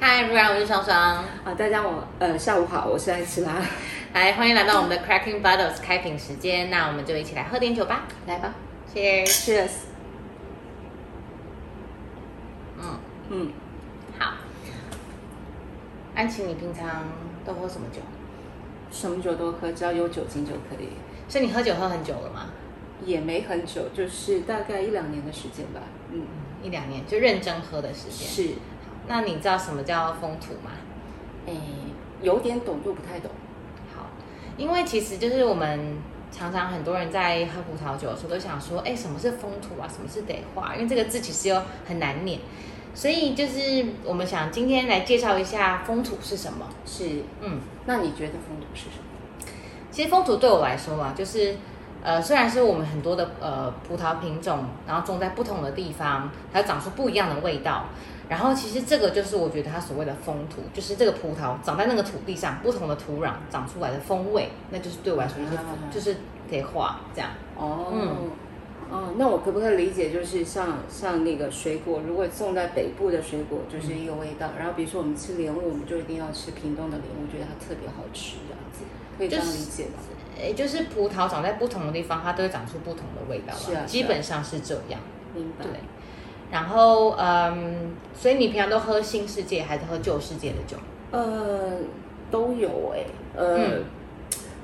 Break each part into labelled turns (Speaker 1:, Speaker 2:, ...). Speaker 1: 嗨，不然我是双双，
Speaker 2: 啊，大家我呃下午好，我是艾吃拉，
Speaker 1: 来欢迎来到我们的 Cracking Bottles 开瓶时间，那我们就一起 来喝点酒吧
Speaker 2: 来吧
Speaker 1: ，Cheers！
Speaker 2: ，Cheers，
Speaker 1: 嗯，
Speaker 2: 嗯，
Speaker 1: 好。安琪，你平常都喝什么酒？
Speaker 2: 什么酒都喝，只要有酒精就可以，
Speaker 1: 所以你喝酒喝很久了吗？
Speaker 2: 也没很久，就是大概一两年的时间吧，嗯，
Speaker 1: 一两年，就认真喝的嗯时间。
Speaker 2: 是，
Speaker 1: 那你知道什么叫风土吗？
Speaker 2: 诶，有点懂又不太懂，
Speaker 1: 好，因为其实就是我们常常很多人在喝葡萄酒的时候都想说，哎，什么是风土啊？什么是得化？因为这个字其实又很难念，所以就是我们想今天来介绍一下风土是什么。
Speaker 2: 是，
Speaker 1: 嗯，
Speaker 2: 那你觉得风土是什么？
Speaker 1: 其实风土对我来说啊，就是呃，虽然是我们很多的呃葡萄品种，然后种在不同的地方，它长出不一样的味道。然后其实这个就是我觉得它所谓的风土，就是这个葡萄长在那个土地上，不同的土壤长出来的风味，那就是对我来说就是、
Speaker 2: 啊
Speaker 1: 就是得化这样。
Speaker 2: 哦，
Speaker 1: 嗯
Speaker 2: 哦，那我可不可以理解，就是像像那个水果，如果种在北部的水果就是
Speaker 1: 嗯
Speaker 2: 一个味道，然后比如说我们吃莲雾，我们就一定要吃屏东的莲雾，觉得它特别好吃，这样子，可以这样
Speaker 1: 就是
Speaker 2: 理解吗？
Speaker 1: 也就是葡萄长在不同的地方，它都会长出不同的味道啦
Speaker 2: 是啊是啊
Speaker 1: 基本上是这样。
Speaker 2: 明白
Speaker 1: 对。，然后嗯，所以你平常都喝新世界还是喝旧世界的酒？
Speaker 2: 呃，都有哎、呃，
Speaker 1: 嗯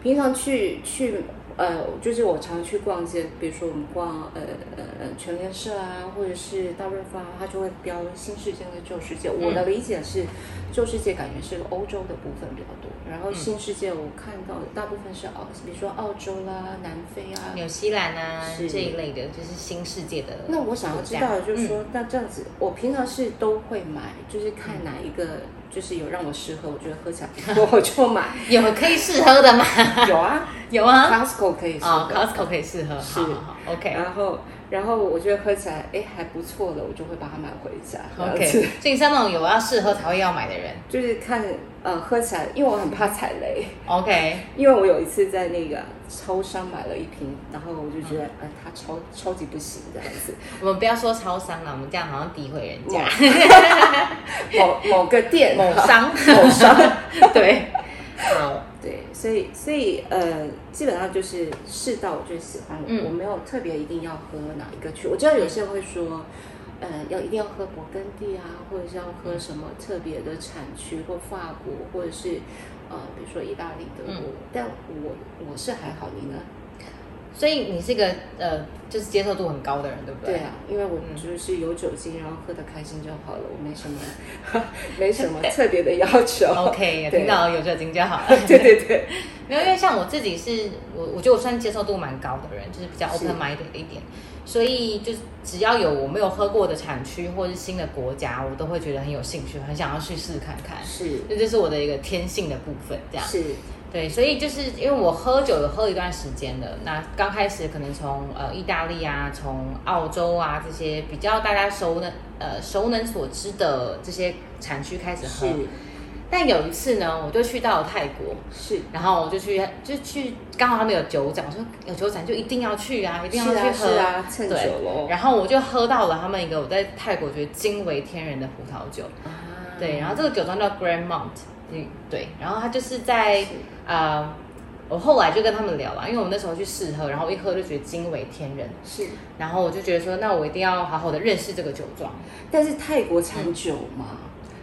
Speaker 2: 平常去去呃，就是我常去逛街，比如说我们逛呃呃呃全联社啊，或者是大润发啊，它就会标新世界跟旧世界。我的理解是，旧世界感觉是欧洲的部分比较多，然后新世界我看到的大部分是澳，比如说澳洲啦、南非啊。
Speaker 1: 纽西兰啊
Speaker 2: 是
Speaker 1: 这一类的，就是新世界的。
Speaker 2: 那我想要知道的就是说，那这样嗯子，我平常是都会买，就是看哪一个就是有让我适合，我觉得喝 起来不错，我就买。
Speaker 1: 有可以试喝的吗？
Speaker 2: 有啊
Speaker 1: 有啊，
Speaker 2: ，Costco 可以是
Speaker 1: 哦
Speaker 2: 的。
Speaker 1: ，Costco 可以试喝。
Speaker 2: 是呃
Speaker 1: 好好好，OK
Speaker 2: 然后，然后我觉得喝起来，哎，还不错的，我就会把它买回家。
Speaker 1: OK，
Speaker 2: 这样子
Speaker 1: 所以你像那种有要试喝才会要买的人
Speaker 2: 就是看，呃，喝起来，因为我很怕踩雷，
Speaker 1: ，OK，
Speaker 2: 因为我有一次在那个超商买了一瓶，然后我就觉
Speaker 1: 嗯
Speaker 2: 得，呃，它超超级不行这样子。
Speaker 1: 我们不要说超商了，我们这样好像诋毁人
Speaker 2: 某
Speaker 1: 家
Speaker 2: 某某个店，
Speaker 1: 某商
Speaker 2: 某商，
Speaker 1: 对，好，
Speaker 2: 对，所以所以呃，基本上就是试到我就喜欢我，
Speaker 1: 嗯
Speaker 2: 我没有特别一定要喝哪一个去。我知道有些人会说，呃，要一定要喝勃艮第啊，或者是要
Speaker 1: 嗯
Speaker 2: 喝什么特别的产区或法国，或者是呃，比如说意大利、德国。
Speaker 1: 嗯
Speaker 2: 但我我是还好，你呢？
Speaker 1: 所以你是一个呃，就是接受度很高的人，对不嗯对？
Speaker 2: 对啊，因为我就是有酒精，然后喝的开心就好了，我 没什么没什么特别的要求。
Speaker 1: OK，
Speaker 2: 对
Speaker 1: 听 到有酒精就好了。
Speaker 2: 对对对，
Speaker 1: 没有，因为像我自己是我，我觉得我算接受度蛮高的人，就是比较
Speaker 2: 是
Speaker 1: open minded 一点，所以就是只要有我没有喝过的产区或是新的国家，我都会觉得很有兴趣，很想要去试看看。
Speaker 2: 是
Speaker 1: 这 就是我的一个天性的部分，这样
Speaker 2: 是，
Speaker 1: 对，所以就是因为我喝酒有喝一段时间了，那刚开始可能从呃意大利啊，从澳洲啊这些比较大家熟能呃熟能所知的这些产区开始喝，
Speaker 2: 是
Speaker 1: 但有一次呢，我就去到了泰国，
Speaker 2: 是。
Speaker 1: 然后我就去，就去，刚好他们有酒展，我说有酒展就一定要去啊，一定要
Speaker 2: 是
Speaker 1: 去
Speaker 2: 啊
Speaker 1: 喝。
Speaker 2: 是啊，趁酒
Speaker 1: 对
Speaker 2: 喽。
Speaker 1: 然后我就喝到了他们一个我在泰国觉得惊为天人的葡萄酒，
Speaker 2: 啊
Speaker 1: 对，然后这个酒庄叫 Grand Mount，嗯，对，然后它就是在呃，我后来就跟他们聊了，因为我们那时候去试喝，然后一喝就觉得惊为天人，
Speaker 2: 是，
Speaker 1: 然后我就觉得说，那我一定要好好的认识这个酒庄，
Speaker 2: 但是泰国产酒嘛，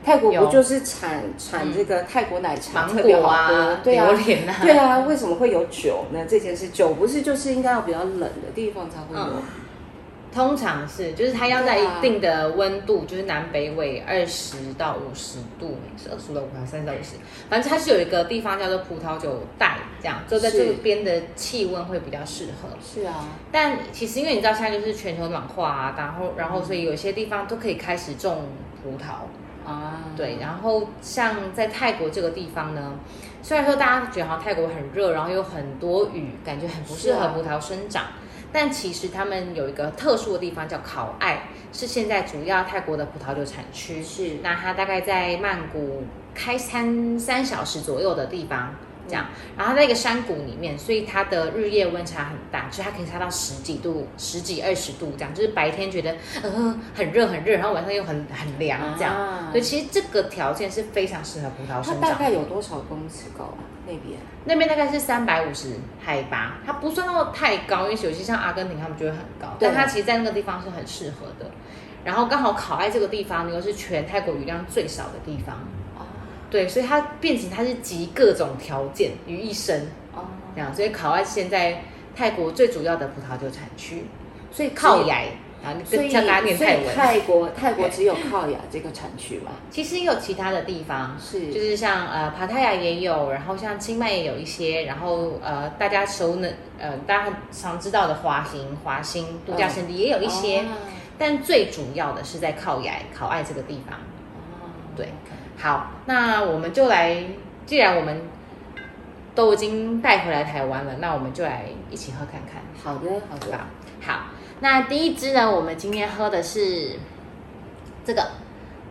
Speaker 2: 泰国
Speaker 1: 有嗯
Speaker 2: 不就是产产这个泰国奶茶
Speaker 1: 芒
Speaker 2: 特别
Speaker 1: 果
Speaker 2: 好喝
Speaker 1: 啊，，
Speaker 2: 对啊
Speaker 1: 榴，莲啊，
Speaker 2: 对啊，为什么会有酒呢？这件事，酒不是就是应该要比较冷的地方才会有
Speaker 1: 嗯？通常是，就是它要在
Speaker 2: 对
Speaker 1: 一
Speaker 2: 啊
Speaker 1: 定的温度，就是南北纬二十到五十度，是二十到五还是三十到五十？反正它是有一个地方叫做葡萄酒带，这样就在
Speaker 2: 是
Speaker 1: 这边的气温会比较适合。
Speaker 2: 是啊，
Speaker 1: 但其实因为你知道现在就是全球暖化啊，然后然后所以有些地方都可以开始种葡萄，
Speaker 2: 啊，
Speaker 1: 对，然后像在泰国这个地方呢，虽然说大家觉得好像泰国很热，然后有很多雨，感觉很不适
Speaker 2: 是
Speaker 1: 合
Speaker 2: 啊
Speaker 1: 葡萄生长，但其实他们有一个特殊的地方叫考艾，是现在主要泰国的葡萄酒产区。
Speaker 2: 是
Speaker 1: 那它大概在曼谷开三三小时左右的地方，
Speaker 2: 嗯
Speaker 1: 这样。然后它在一个山谷里面，所以它的日夜温差很大，就是它可以差到十几度、十几二十度这样，就是白天觉得嗯、呃很热很热，然后晚上又很很凉这样。
Speaker 2: 啊
Speaker 1: 所以其实这个条件是非常适合葡萄
Speaker 2: 它
Speaker 1: 生
Speaker 2: 大
Speaker 1: 长。
Speaker 2: 概有多少公尺高啊？那边
Speaker 1: 那边大概是三百五十海拔，它不算到太高，因为有些像阿根廷他们就会很高，
Speaker 2: 对
Speaker 1: 但它其实在那个地方是很适合的。然后刚好考艾这个地方又是全泰国雨量最少的地方，
Speaker 2: 啊
Speaker 1: 对，所以它变成它是集各种条件于一身，
Speaker 2: 哦，
Speaker 1: 这样，所以考艾现在泰国最主要的葡萄酒产区，
Speaker 2: 所以
Speaker 1: 靠
Speaker 2: 雅，
Speaker 1: 雅，然后
Speaker 2: 所
Speaker 1: 跟
Speaker 2: 以
Speaker 1: 像大家念
Speaker 2: 所
Speaker 1: 泰
Speaker 2: 以
Speaker 1: 文，
Speaker 2: 泰国泰国只有靠雅这个产区嘛，
Speaker 1: 其实也有其他的地方，
Speaker 2: 是
Speaker 1: 就是像呃帕泰亚也有，然后像清迈也有一些，然后呃大家熟能呃大家常知道的华兴、华兴度假胜地也有一些，
Speaker 2: 哦
Speaker 1: 但最主要的是在靠雅考爱这个地方。
Speaker 2: 哦
Speaker 1: 对
Speaker 2: OK
Speaker 1: 好，那我们就来，既然我们都已经带回来台湾了，那我们就来一起喝看看，
Speaker 2: 好的好
Speaker 1: 对
Speaker 2: 的
Speaker 1: 吧？好，那第一支呢，我们今天喝的是这个，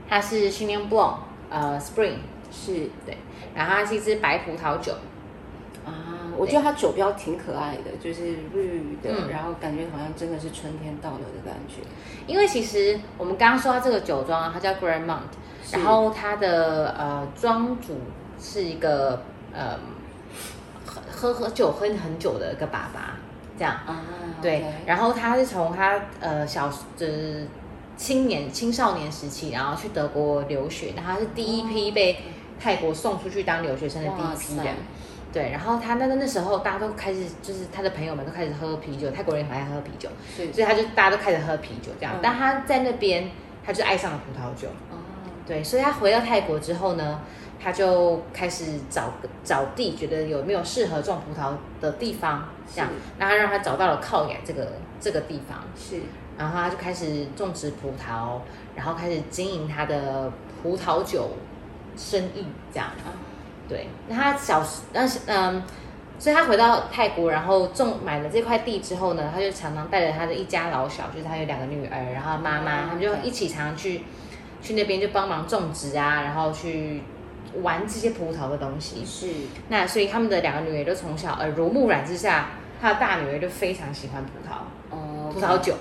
Speaker 1: 它是训练 b l o n 呃 Spring。
Speaker 2: 是
Speaker 1: 对，然后它是一支白葡萄酒，
Speaker 2: 啊，我觉得它酒标挺可爱的，就是绿的，
Speaker 1: 嗯
Speaker 2: 然后感觉好像真的是春天到了的感觉。
Speaker 1: 因为其实我们刚刚说它这个酒庄啊，它叫 Grand Mount，
Speaker 2: 是
Speaker 1: 然后它的呃庄主是一个呃喝喝喝酒喝很久的一个爸爸，这样
Speaker 2: 啊，
Speaker 1: 对
Speaker 2: OK
Speaker 1: 然后他是从他呃小就是青年青少年时期，然后去德国留学，然后他是第一批被泰国送出去当留学生的第
Speaker 2: 哦哇
Speaker 1: 一批
Speaker 2: 塞
Speaker 1: 人。对，然后他那那那时候大家都开始，就是他的朋友们都开始喝啤酒，泰国人很爱喝啤酒，
Speaker 2: 是
Speaker 1: 所以他就大家都开始喝啤酒这样。
Speaker 2: 嗯
Speaker 1: 但他在那边，他就爱上了葡萄酒。
Speaker 2: 哦，
Speaker 1: 对，所以他回到泰国之后呢，他就开始找找地，觉得有没有适合种葡萄的地方，这样
Speaker 2: 是。
Speaker 1: 那他让他找到了靠雅这个这个地方，
Speaker 2: 是
Speaker 1: 然后他就开始种植葡萄，然后开始经营他的葡萄酒生意，这样。
Speaker 2: 啊，
Speaker 1: 对，那他小时，那是嗯，所以他回到泰国，然后种买了这块地之后呢，他就常常带着他的一家老小，就是他有两个女儿，然后妈妈，他们就一起常常去去那边就帮忙种植啊，然后去嗯玩这些葡萄的东西。
Speaker 2: 是
Speaker 1: 那所以他们的两个女儿就从小呃耳濡目染之下，他的大女儿就非常喜欢葡萄
Speaker 2: 哦，
Speaker 1: 葡萄酒，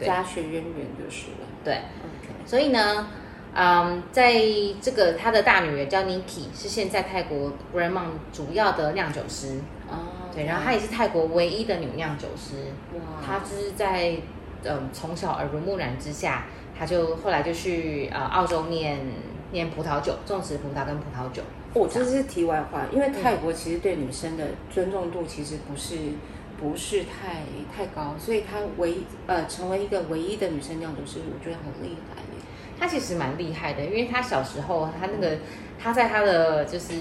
Speaker 1: 对
Speaker 2: 家学渊源就是了。
Speaker 1: 对。
Speaker 2: OK，
Speaker 1: 所以呢，嗯，在这个他的大女儿叫 Niki，是现在泰国 Grandma 主要的酿酒师。
Speaker 2: 哦，
Speaker 1: 对，然后她也是泰国唯一的女酿酒师，
Speaker 2: 哇，
Speaker 1: 她就是在嗯从小耳濡目染之下，她就后来就去呃澳洲念念葡萄酒，种植葡萄跟葡萄酒。
Speaker 2: 我这是题外话，
Speaker 1: 嗯
Speaker 2: 因为泰国其实对女生的尊重度其实不是不是太太高，所以她唯呃成为一个唯一的女生酿酒师，我觉得很厉害耶。
Speaker 1: 她其实蛮厉害的，因为她小时候她那
Speaker 2: 嗯
Speaker 1: 个她在她的就是。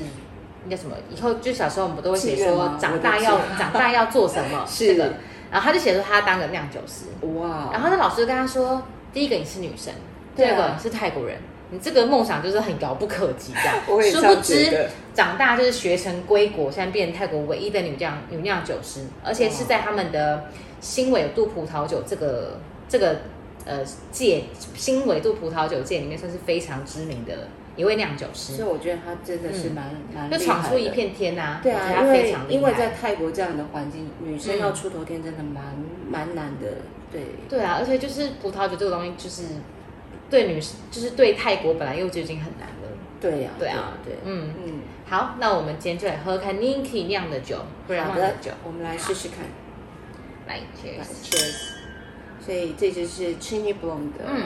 Speaker 1: 那叫什么？以后就小时候我们都会写
Speaker 2: 志愿
Speaker 1: 说
Speaker 2: 吗
Speaker 1: 长大要
Speaker 2: 我都知道
Speaker 1: 长大要做什 么，
Speaker 2: 是
Speaker 1: 这个。然后她就写说她当个酿酒师，
Speaker 2: 哇，
Speaker 1: 然后那老师就跟他说，第一个你是女生，第
Speaker 2: 对
Speaker 1: 二
Speaker 2: 啊。
Speaker 1: 个你是泰国人，你这个梦想就是很遥不可及 这样
Speaker 2: 我也
Speaker 1: 殊
Speaker 2: 这样
Speaker 1: 不
Speaker 2: 觉
Speaker 1: 知
Speaker 2: 得
Speaker 1: 长大就是学成归国，现在变成泰国唯一的女酿女酿酒师，而且是在他们的新纬度葡萄酒这个这个呃界新纬度葡萄酒界里面算是非常知名的一位酿酒师
Speaker 2: 所以，我觉得她真的是
Speaker 1: 嗯
Speaker 2: 蛮、蛮
Speaker 1: 就
Speaker 2: 厉
Speaker 1: 闯
Speaker 2: 害
Speaker 1: 出一
Speaker 2: 的。
Speaker 1: 片天呐、
Speaker 2: 对
Speaker 1: 我觉
Speaker 2: 啊，
Speaker 1: 得
Speaker 2: 因
Speaker 1: 他非
Speaker 2: 为
Speaker 1: 常厉害。
Speaker 2: 因为在泰国这样的环境，女
Speaker 1: 嗯
Speaker 2: 生要出头天真的蛮、蛮难的。对，
Speaker 1: 对啊，而且就是葡萄酒这个东西，就是对女生，就是对泰国本来又就已经很难了。
Speaker 2: 对呀、
Speaker 1: 对啊
Speaker 2: 对、对
Speaker 1: 嗯，
Speaker 2: 嗯，
Speaker 1: 好，那我们今天就来喝看 Niki 酿的酒，不然
Speaker 2: 好
Speaker 1: 的
Speaker 2: 的
Speaker 1: 酒，，
Speaker 2: 我们来试试看。
Speaker 1: 来 cheers。
Speaker 2: Cheers！所以这只是 Chini Blonde 的，
Speaker 1: 嗯，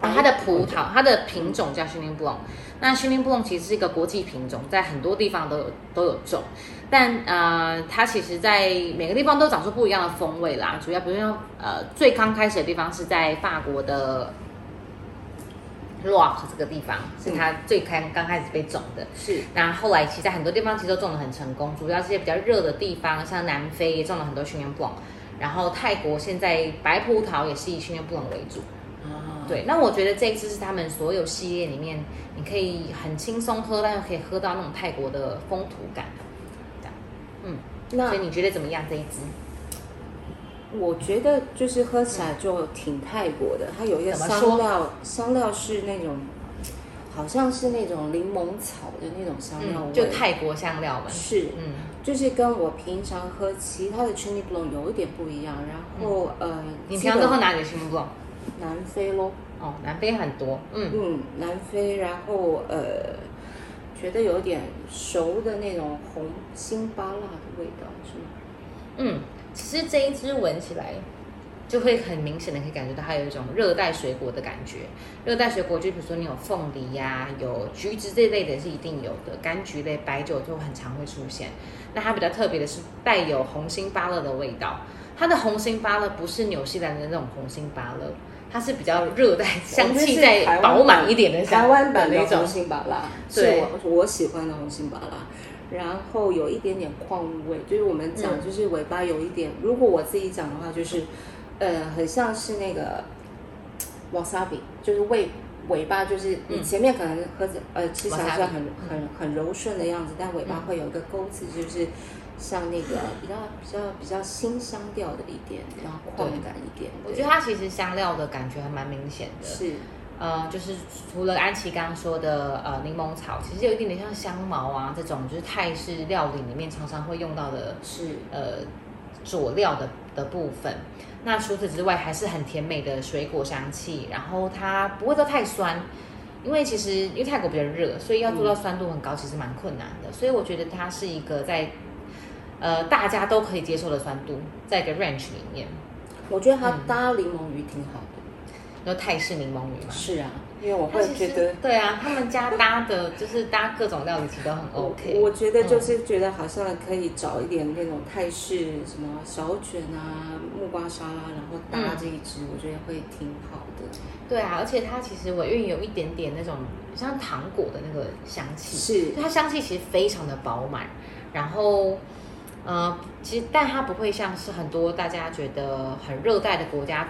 Speaker 1: 啊，它的葡萄，它的品种叫 s h i n i n g Blonde。那 s h i n i n g Blonde 其实是一个国际品种，在很多地方都有都有种，但呃，它其实在每个地方都长出不一样的风味啦。主要比如说呃，最刚开始的地方是在法国的 Rock 这个地方，是它最开刚开始被种的。
Speaker 2: 是
Speaker 1: 那后来其实在很多地方其实都种的很成功，主要是一些比较热的地方，像南非也种了很多训练布朗，然后泰国现在白葡萄也是以训练布朗为主。
Speaker 2: 啊，
Speaker 1: 对，那我觉得这一支是他们所有系列里面，你可以很轻松喝，但又可以喝到那种泰国的风土感。这样嗯，
Speaker 2: 那
Speaker 1: 所以你觉得怎么样这一支？
Speaker 2: 我觉得就是喝起来就挺泰国的，它有一个
Speaker 1: 怎么
Speaker 2: 香
Speaker 1: 说
Speaker 2: 料，香料是那种好像是那种柠檬草的那种香料味，
Speaker 1: 嗯，就泰国香料嘛，
Speaker 2: 是，
Speaker 1: 嗯
Speaker 2: 就是跟我平常喝其他的 c h i n y blonde 有一点不一样。然后、呃，
Speaker 1: 嗯你
Speaker 2: 基
Speaker 1: 平常都
Speaker 2: 本
Speaker 1: 喝哪里的青木贡？
Speaker 2: 南非咯，
Speaker 1: 哦，南非很多，嗯，
Speaker 2: 嗯，南非，然后呃，觉得有点熟的那种红辛巴辣的味道，是吗？
Speaker 1: 嗯，其实这一支闻起来就会很明显的可以感觉到它有一种热带水果的感觉。热带水果就比如说你有凤梨呀、有橘子这类的是一定有的，柑橘类、白酒就很常会出现。那它比较特别的是带有红心芭乐的味道。它的红心芭乐不是纽西兰的那种红心芭乐，它是比较热带、香气再饱满一点的香
Speaker 2: 台湾版的
Speaker 1: 那种
Speaker 2: 红。心巴拉，是
Speaker 1: 对
Speaker 2: 我我喜欢的红心巴拉。然后有一点点矿物味，就是我们讲，
Speaker 1: 嗯
Speaker 2: 就是尾巴有一点。如果我自己讲的话，就是，呃，很像是那个 wasabi，就是尾尾巴，就是你
Speaker 1: 嗯
Speaker 2: 前面可能喝着呃吃起来是
Speaker 1: wasabi，
Speaker 2: 很很很柔顺的样子，但尾巴会有一个钩子，就是像那个
Speaker 1: 嗯
Speaker 2: 比较比较比较新香调的一点，然后矿感一点。
Speaker 1: 我觉得它其实香料的感觉还蛮明显的。
Speaker 2: 对是
Speaker 1: 呃，就是除了安琪刚刚说的呃柠檬草，其实有一点点像香茅啊这种，就是泰式料理里面常常会用到的
Speaker 2: 是
Speaker 1: 呃佐料的的部分。那除此之外，还是很甜美的水果香气，然后它不会都太酸，因为其实因为泰国比较热，所以要做到酸度很高，其实蛮困难的。所以我觉得它是一个在呃大家都可以接受的酸度，在一个 range 里面，
Speaker 2: 我觉得
Speaker 1: 嗯
Speaker 2: 它搭柠檬鱼挺好的。
Speaker 1: 有泰式柠檬鱼嘛。
Speaker 2: 是啊，因为我
Speaker 1: 他
Speaker 2: 会
Speaker 1: 其
Speaker 2: 觉
Speaker 1: 实
Speaker 2: 得
Speaker 1: 对啊，他们家搭的就是搭各种料理，其实都很 OK。嗯
Speaker 2: 我我觉得就是觉得好像可以找一点那种泰式什么小卷啊、木瓜沙拉，然后搭
Speaker 1: 嗯
Speaker 2: 这一支，我觉得会挺好的。
Speaker 1: 对啊，而且它其实尾韵有一点点那种像糖果的那个香气，
Speaker 2: 是
Speaker 1: 就它香气其实非常的饱满，然后。呃，其实但它不会像是很多大家觉得很热带的国家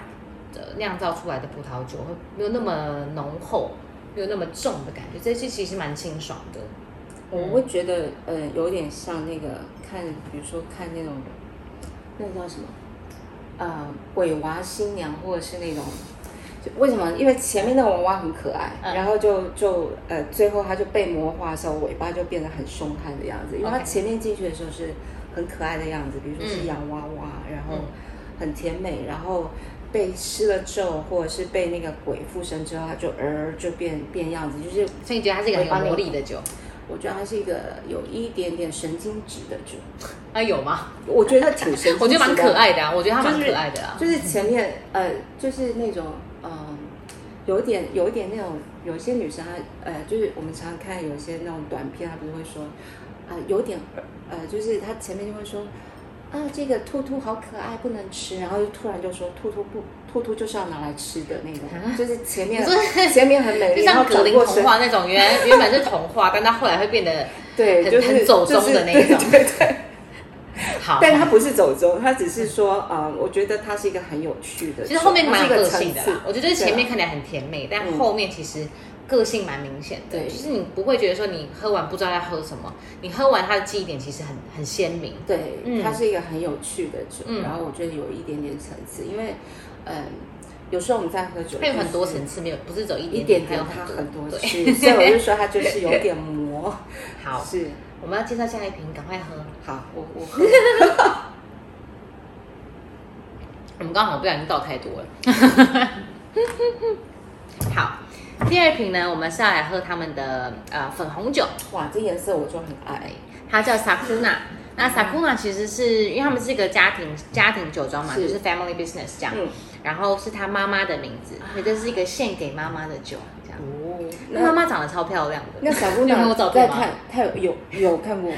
Speaker 1: 呃酿造出来的葡萄酒，会没有那么浓厚，没有那么重的感觉，这些其实蛮清爽的。
Speaker 2: 我会觉得呃，有点像那个看，比如说看那种那个叫什么，呃，鬼娃新娘，或者是那种。就为什么？因为前面那个娃娃很可爱，
Speaker 1: 嗯
Speaker 2: 然后就就呃，最后它就被魔化的时候，尾巴就变得很凶悍的样子。因为它
Speaker 1: OK
Speaker 2: 前面进去的时候是很可爱的样子，比如说是
Speaker 1: 嗯
Speaker 2: 洋娃娃，然后
Speaker 1: 嗯
Speaker 2: 很甜美，然后被施了咒，或者是被那个鬼附身之后，它就呃就变变样子，就是
Speaker 1: 所以你觉得它是一个很有魔力的酒？
Speaker 2: 我觉得它是一个有一点点神经质的酒，
Speaker 1: 啊，有吗？
Speaker 2: 我觉得它挺神经质的，
Speaker 1: 我觉得蛮可爱的啊，我觉得它蛮
Speaker 2: 就是
Speaker 1: 可爱的啊。
Speaker 2: 就是前面呃，就是那种嗯、呃，有点有点那种，有些女生她呃，就是我们常常看有些那种短片，她不是会说啊、有点呃，就是她前面就会说啊，这个兔兔好可爱，不能吃，然后就突然就说兔兔不，兔兔就是要拿来吃的那种，就是前面
Speaker 1: 啊你说
Speaker 2: 前面很美
Speaker 1: 就
Speaker 2: 丽，然后
Speaker 1: 像格
Speaker 2: 转
Speaker 1: 林
Speaker 2: 过
Speaker 1: 童
Speaker 2: 身
Speaker 1: 话那种，原来原本是童话，但到后来会变得
Speaker 2: 对，
Speaker 1: 很
Speaker 2: 就是
Speaker 1: 很走中的那一种
Speaker 2: 就是对对对。
Speaker 1: 好。
Speaker 2: 但他不是走中，他只是说，呃，我觉得他是一个很有趣的。
Speaker 1: 其实后面
Speaker 2: 它是
Speaker 1: 蛮
Speaker 2: 一
Speaker 1: 有个
Speaker 2: 层
Speaker 1: 性的
Speaker 2: 次
Speaker 1: 啦，我觉得前面
Speaker 2: 对啊
Speaker 1: 看起来很甜美，但
Speaker 2: 嗯
Speaker 1: 后面其实个性蛮明显的，
Speaker 2: 对
Speaker 1: 就是你不会觉得说你喝完不知道要喝什么，你喝完它的记忆点其实很很鲜明。嗯
Speaker 2: 对，它是一个很有趣的酒，
Speaker 1: 嗯
Speaker 2: 然后我觉得有一点点层次，因为，嗯、有时候我们在喝酒，
Speaker 1: 它有很多
Speaker 2: 就是
Speaker 1: 层次，没有不是走一
Speaker 2: 一
Speaker 1: 点还
Speaker 2: 点点
Speaker 1: 有
Speaker 2: 它
Speaker 1: 很
Speaker 2: 很多
Speaker 1: 对，
Speaker 2: 是，所以我就说它就是有点魔。
Speaker 1: 好，
Speaker 2: 是，
Speaker 1: 我们要介绍下一瓶，赶快喝。
Speaker 2: 好，我我 喝
Speaker 1: 我们刚好不小心倒太多了。 好，第二瓶呢，我们是要来喝他们的呃粉红酒。
Speaker 2: 哇，这颜色我就很爱，
Speaker 1: 它叫 Sakuna。那
Speaker 2: 嗯
Speaker 1: Sakuna 其实是因为他们是一个家庭家庭酒庄嘛，
Speaker 2: 是
Speaker 1: 就是 family business 这样，
Speaker 2: 嗯，啊
Speaker 1: 然后是他妈妈的名字，所以这是一个献给妈妈的酒，这样。
Speaker 2: 哦，
Speaker 1: 那妈妈长得超漂亮 的，
Speaker 2: 那傻姑
Speaker 1: 你有没有
Speaker 2: 娘
Speaker 1: 照
Speaker 2: 在
Speaker 1: 片吗
Speaker 2: 泰？泰有有看 过，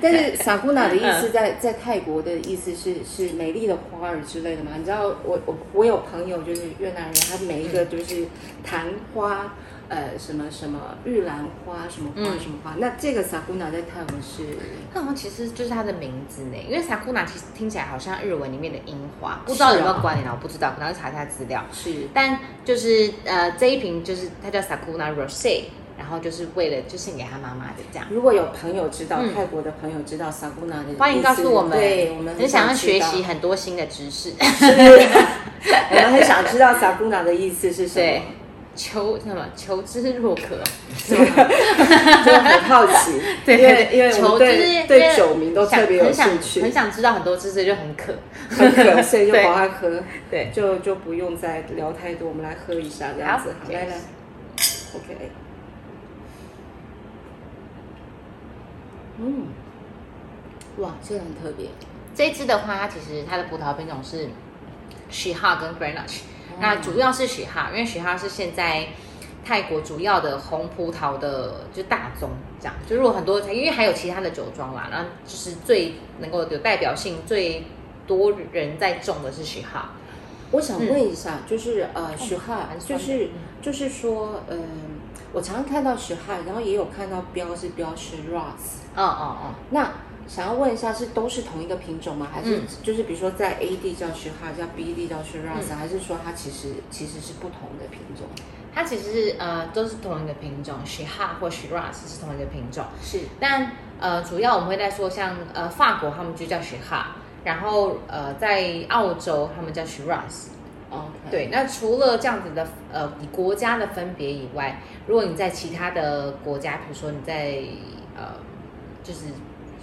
Speaker 2: 但是傻姑娘的意
Speaker 1: 嗯
Speaker 2: 思在在泰国的意思是是美丽的花儿之类的嘛？你知道我我我有朋友就是越南人，他每一个就是昙花，呃什么什么玉兰花什么花
Speaker 1: 嗯
Speaker 2: 什么花，那这个傻姑娘在泰文是
Speaker 1: 那好像其实就是它的名字呢，因为 Sakuna 其实听起来好像日文里面的樱花，不知道有没有关联啊？我不知道，可能要查一下资料。
Speaker 2: 是
Speaker 1: 但就是呃这一瓶就是它叫 Sakuna Rose，然后就是为了就献给他妈妈的这样。
Speaker 2: 如果有朋友知道、
Speaker 1: 嗯
Speaker 2: 泰国的朋友知道傻姑娘的意思，
Speaker 1: 欢迎告诉我们，
Speaker 2: 对我们
Speaker 1: 很想要学
Speaker 2: 知
Speaker 1: 习
Speaker 2: 道，
Speaker 1: 很多新的知识。
Speaker 2: 是我们很想知道傻姑娘的意思是什么
Speaker 1: 对。求什么求知若渴，是吗？
Speaker 2: 真的很好奇，
Speaker 1: 对
Speaker 2: 因为因为我
Speaker 1: 求
Speaker 2: 们
Speaker 1: 就是因为
Speaker 2: 对对酒名都
Speaker 1: 想
Speaker 2: 特别有
Speaker 1: 很想
Speaker 2: 兴趣
Speaker 1: 很，想知道很多知识就很渴。
Speaker 2: 很可，所以就
Speaker 1: 对
Speaker 2: 保爱喝，
Speaker 1: 对，
Speaker 2: 就就不用再聊太多，我们来喝一下这样子，
Speaker 1: 好
Speaker 2: 好来来，OK，嗯，哇，这个很特别，
Speaker 1: 这一支的话，它其实它的葡萄品种是许哈跟 Grenache，、那主要是许哈，因为许哈是现在泰国主要的红葡萄的就大宗，这样就如果很多，因为还有其他的酒庄啦，然后就是最能够有代表性、最多人在种的是许哈，
Speaker 2: 我想问一下，就是呃，徐汉
Speaker 1: 嗯哦蛮，酸的
Speaker 2: 就
Speaker 1: 嗯
Speaker 2: 是就是说，嗯、我常常看到徐汉，然后也有看到标是标是 Ross，
Speaker 1: 嗯嗯嗯，
Speaker 2: 那想要问一下，是都是同一个品种吗？还是
Speaker 1: 嗯
Speaker 2: 就是比如说在 A 地叫徐汉，叫 B 地叫徐 Ross，、还
Speaker 1: 嗯
Speaker 2: 是说它其实其实是不同的品种？
Speaker 1: 它其实是呃都是同一个品种，许哈或许 ras 是同一个品种。
Speaker 2: 是
Speaker 1: 但呃，主要我们会在说像呃法国他们就叫 s h i h a 然后呃在澳洲他们叫 Shiraz。
Speaker 2: ，OK，，
Speaker 1: 对，那除了这样子的呃以国家的分别以外，如果你在其他的国家，比如说你在呃就是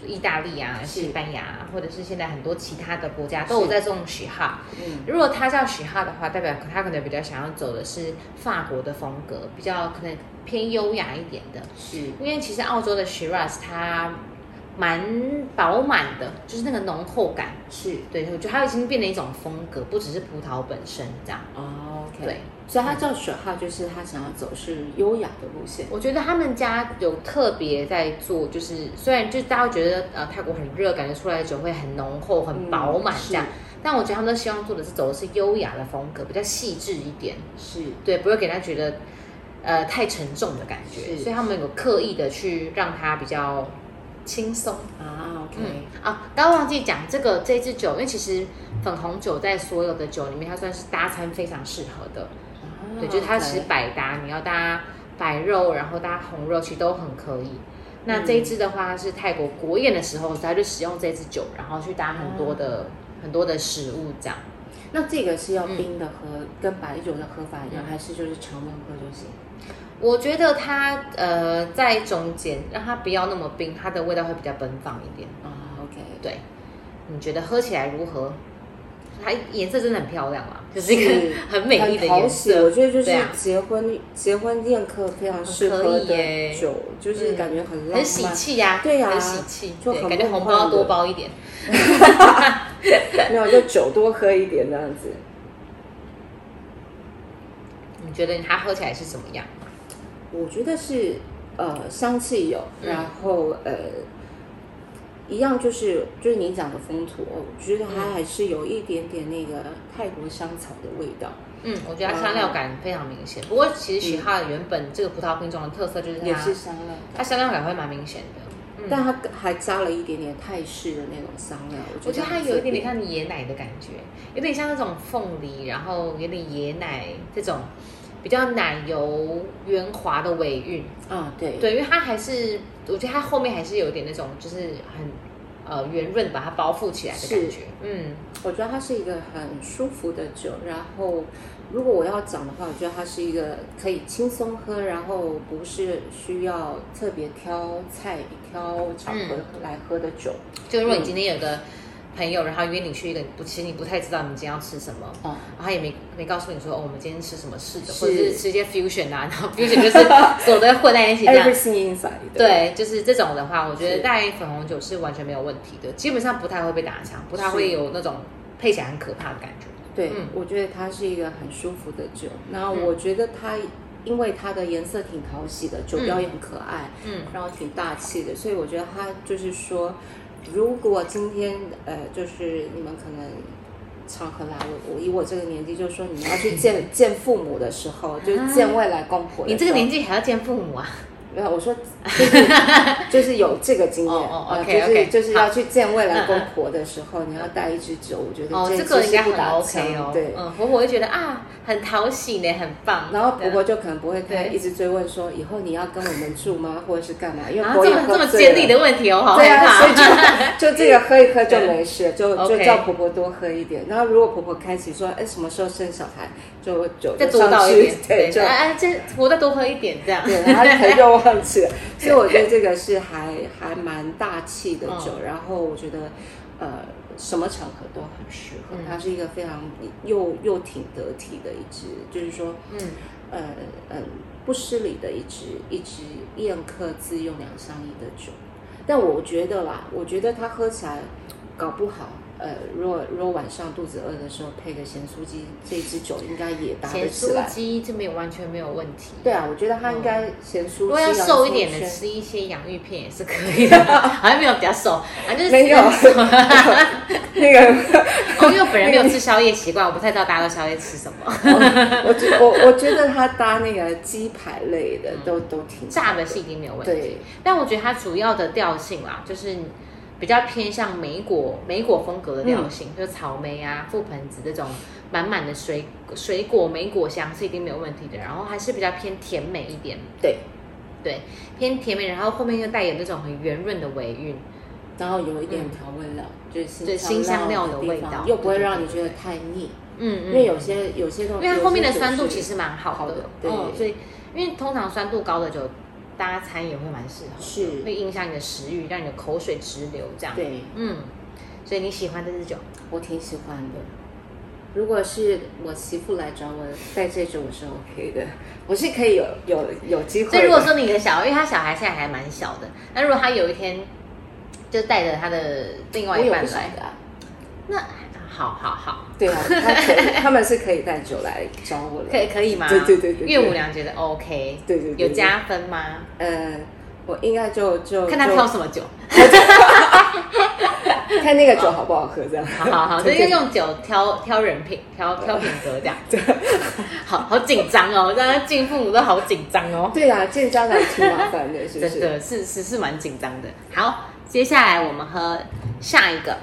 Speaker 1: 意大利啊、
Speaker 2: 是
Speaker 1: 西班牙啊，或者是现在很多其他的国家都有在种 s h i h a
Speaker 2: 嗯，
Speaker 1: 如果他叫许哈的话，代表他可能比较想要走的是法国的风格，比较可能偏优雅一点的。
Speaker 2: 是
Speaker 1: 因为其实澳洲的 Shiraz 它蛮饱满的，就是那个浓厚感。
Speaker 2: 是
Speaker 1: 对，我觉得它已经变了一种风格，不只是葡萄本身这样。
Speaker 2: 哦，OK，
Speaker 1: 对，
Speaker 2: 所以它叫徐汉，就是它想要走是优雅的路线，
Speaker 1: 我觉得他们家有特别在做，就是虽然就大家会觉得呃泰国很热，感觉出来的酒会很浓厚、很饱满
Speaker 2: 嗯是
Speaker 1: 这样，但我觉得他们都希望做的是走的是优雅的风格，比较细致一点。
Speaker 2: 是
Speaker 1: 对，不会给他觉得呃太沉重的感觉，
Speaker 2: 是
Speaker 1: 所以他们有刻意的去让它比较轻松。
Speaker 2: 啊，OK，、
Speaker 1: 嗯啊，刚刚忘记讲这个这支酒，因为其实粉红酒在所有的酒里面，它算是搭餐非常适合的。
Speaker 2: 啊
Speaker 1: 对，就是它其实
Speaker 2: OK
Speaker 1: 百搭，你要搭白肉，然后搭红肉，其实都很可以。那
Speaker 2: 嗯
Speaker 1: 这一支的话是泰国国宴的时候，他就使用这支酒，然后去搭很多
Speaker 2: 哦
Speaker 1: 的、很多的食物这样。
Speaker 2: 那这个是要
Speaker 1: 嗯
Speaker 2: 冰的喝，跟白酒的喝法一样，还是就是常温喝就行？
Speaker 1: 我觉得它呃在中间，让它不要那么冰，它的味道会比较奔放一点。
Speaker 2: 啊，OK，
Speaker 1: 对，你觉得喝起来如何？它颜色真的很漂亮啊，就是一
Speaker 2: 是
Speaker 1: 个很美丽的
Speaker 2: 很讨
Speaker 1: 颜
Speaker 2: 喜，
Speaker 1: 色。
Speaker 2: 我觉得就是
Speaker 1: 对啊
Speaker 2: 结婚、结婚宴客非常适
Speaker 1: 很可
Speaker 2: 合
Speaker 1: 以
Speaker 2: 的
Speaker 1: 耶
Speaker 2: 酒，就是
Speaker 1: 嗯
Speaker 2: 感觉很浪漫，
Speaker 1: 很喜气呀、
Speaker 2: 对呀
Speaker 1: 很喜气，
Speaker 2: 就
Speaker 1: 对
Speaker 2: 很
Speaker 1: 感觉
Speaker 2: 梦
Speaker 1: 红包要
Speaker 2: 幻的
Speaker 1: 多包一点。
Speaker 2: 没有就酒多喝一点这样子。
Speaker 1: 你觉得它喝起来是怎么样？
Speaker 2: 我觉得是呃香气有，
Speaker 1: 嗯
Speaker 2: 然后呃一样就是就是你讲的风土，我觉得它还是有一点点那个泰国香草的味道，
Speaker 1: 嗯，我觉得它香料感非常明显。不过其实许哈原本这个葡萄品种的特色就是
Speaker 2: 啊也
Speaker 1: 它
Speaker 2: 是，香料。
Speaker 1: 它香料感会蛮明显的。嗯，
Speaker 2: 但它还加了一点点泰式的那种香料，
Speaker 1: 我
Speaker 2: 我
Speaker 1: 觉
Speaker 2: 觉
Speaker 1: 得
Speaker 2: 得
Speaker 1: 它
Speaker 2: 很
Speaker 1: 有一
Speaker 2: 特别
Speaker 1: 点点像椰奶的感觉，有点像那种凤梨，然后有点椰奶这种比较奶油圆滑的尾韵。
Speaker 2: 啊，对，
Speaker 1: 对，因为它还是，我觉得它后面还是有点那种就是很呃圆润，把它包覆起来的感
Speaker 2: 是
Speaker 1: 觉。嗯，
Speaker 2: 我觉得它是一个很舒服的酒。然后，如果我要讲的话，我觉得它是一个可以轻松喝，然后不是需要特别挑菜、挑场合来喝的酒。
Speaker 1: 就如果你今天有个朋友，然后约你去一个不，其实你不太知道你今天要吃什么，
Speaker 2: 哦，
Speaker 1: 然后他也没没告诉你说，哦，我们今天吃什么吃的，
Speaker 2: 是
Speaker 1: 或者是吃一些 fusion 啊，然后 fusion 就是 所有都会混在一起这样。
Speaker 2: everything inside 的。
Speaker 1: 对，就是这种的话，我觉
Speaker 2: 是
Speaker 1: 得带粉红酒是完全没有问题的，基本上不太会被打枪，不太
Speaker 2: 是
Speaker 1: 会有那种配起来很可怕的感觉。
Speaker 2: 对，
Speaker 1: 嗯
Speaker 2: 我觉得它是一个很舒服的酒。那我觉得它。因为它的颜色挺讨喜的，酒标也很可爱，
Speaker 1: 嗯
Speaker 2: 然后挺大气的，所以我觉得它就是说，如果今天呃，就是你们可能场合来，我我以我这个年纪，就是说你
Speaker 1: 啊
Speaker 2: 们要去见见父母的时候，就是见未来公婆的时候，
Speaker 1: 你这个年纪还要见父母啊？
Speaker 2: 没有，我说就是就是有这个经验，
Speaker 1: 哦哦
Speaker 2: 呃
Speaker 1: OK，
Speaker 2: 就是
Speaker 1: OK，
Speaker 2: 就是要
Speaker 1: 好
Speaker 2: 去见未来
Speaker 1: 嗯
Speaker 2: 公
Speaker 1: 嗯
Speaker 2: 婆的时候，你要带一支酒，我觉得
Speaker 1: 哦，这
Speaker 2: 个
Speaker 1: 个应该
Speaker 2: 不
Speaker 1: 很
Speaker 2: 打
Speaker 1: OK
Speaker 2: 枪
Speaker 1: 哦，
Speaker 2: 对。
Speaker 1: 嗯，婆婆会觉得啊，很讨喜呢，很棒。
Speaker 2: 然后
Speaker 1: 对
Speaker 2: 婆婆就可能不会太
Speaker 1: 对
Speaker 2: 一直追问说以后你要跟我们住吗，或者是干嘛，因为
Speaker 1: 啊，
Speaker 2: 婆
Speaker 1: 这
Speaker 2: 也
Speaker 1: 么
Speaker 2: 喝
Speaker 1: 这么
Speaker 2: 醉
Speaker 1: 尖
Speaker 2: 了
Speaker 1: 利的问题哦，我好
Speaker 2: 对
Speaker 1: 害
Speaker 2: 啊，所以
Speaker 1: 怕。
Speaker 2: 就就这个喝一喝就没事，就就
Speaker 1: OK
Speaker 2: 叫婆婆多喝一点。然后如果婆婆开启说，哎，什么时候生小孩，就就
Speaker 1: 再
Speaker 2: 就
Speaker 1: 多
Speaker 2: 上
Speaker 1: 倒一
Speaker 2: 去
Speaker 1: 点，，
Speaker 2: 对，就
Speaker 1: 哎哎，这我再多喝一点这样。
Speaker 2: 对，然后可能就忘记 了。所以我觉得这个是还还蛮大气的酒，
Speaker 1: 嗯
Speaker 2: 然后我觉得呃什么场合都很适合，
Speaker 1: 嗯
Speaker 2: 它是一个非常又又挺得体的一支，就是说
Speaker 1: 嗯
Speaker 2: 呃嗯不失礼的一支一支宴客自用两相宜的酒。但我觉得啦，我觉得它喝起来搞不好。呃，如果如果晚上肚子饿的时候配个咸酥鸡，这支酒应该也搭得
Speaker 1: 咸
Speaker 2: 起来
Speaker 1: 酥。鸡这没有完全没有问题。
Speaker 2: 对啊，我觉得它应该咸酥鸡。
Speaker 1: 如果要瘦一点
Speaker 2: 洋
Speaker 1: 的，
Speaker 2: 葱圈
Speaker 1: 吃一些洋芋片也是可以 的，好像没有比较瘦，反正就是
Speaker 2: 没有 那个，
Speaker 1: 哦，因为我本人没有吃宵夜习惯，我不太知道大家都宵夜吃什么。
Speaker 2: 我觉我我觉得它搭那个鸡排类的都都挺
Speaker 1: 嗯炸的是一定没有问题，
Speaker 2: 对
Speaker 1: 但我觉得它主要的调性啦，就是比较偏向梅果梅果风格的调性，
Speaker 2: 嗯
Speaker 1: 就是草莓啊、覆盆子这种满满的水水果梅果香是一定没有问题的。然后还是比较偏甜美一点，
Speaker 2: 对，
Speaker 1: 对，偏甜美，然后后面又带有那种很圆润的尾韵。
Speaker 2: 然后有一点调味料，就是
Speaker 1: 对新香料的
Speaker 2: 地
Speaker 1: 味
Speaker 2: 方
Speaker 1: 道
Speaker 2: 又不会
Speaker 1: 对对
Speaker 2: 让你
Speaker 1: 对
Speaker 2: 觉得
Speaker 1: 对
Speaker 2: 太腻，
Speaker 1: 嗯嗯，
Speaker 2: 因为有些有些东西，
Speaker 1: 因为它后面的
Speaker 2: 嗯有些酒
Speaker 1: 酸度
Speaker 2: 是
Speaker 1: 其实蛮好
Speaker 2: 好
Speaker 1: 的
Speaker 2: 的，哦对
Speaker 1: 嗯，所以因为通常酸度高的酒，大家餐也会蛮适合的，
Speaker 2: 是
Speaker 1: 会影响你的食欲，让你的口水直流这样。，
Speaker 2: 对
Speaker 1: 嗯，所以你喜欢这支酒，
Speaker 2: 我挺喜欢的。如果是我媳妇来找我带这种，我是 OK 的，我是可以有有有机会的。
Speaker 1: 所以如果说你的小，因为他小孩现在还蛮小的，那如果他有一天就带着他的另
Speaker 2: 我
Speaker 1: 外一
Speaker 2: 也
Speaker 1: 半
Speaker 2: 不晓
Speaker 1: 来，
Speaker 2: 得啊，
Speaker 1: 那好好好，
Speaker 2: 对啊，他可以他们是可以带酒来找我 的，
Speaker 1: 可以可以吗？
Speaker 2: 对对对对对
Speaker 1: 岳母娘觉得 OK，
Speaker 2: 对对对对
Speaker 1: 有加分吗？
Speaker 2: 呃，我应该就就
Speaker 1: 看他
Speaker 2: 就
Speaker 1: 挑什么酒，
Speaker 2: 看那个酒好不好喝，这样。
Speaker 1: 好好好， 就
Speaker 2: 对
Speaker 1: 是用酒挑挑人品，挑挑品格这样。
Speaker 2: 对
Speaker 1: 好好紧张哦，让他敬父母都好紧张哦，
Speaker 2: 对啦，见家长挺麻烦的，是 不
Speaker 1: 真
Speaker 2: 是？
Speaker 1: 的是是是蛮紧张的。好，接下来我们喝下一个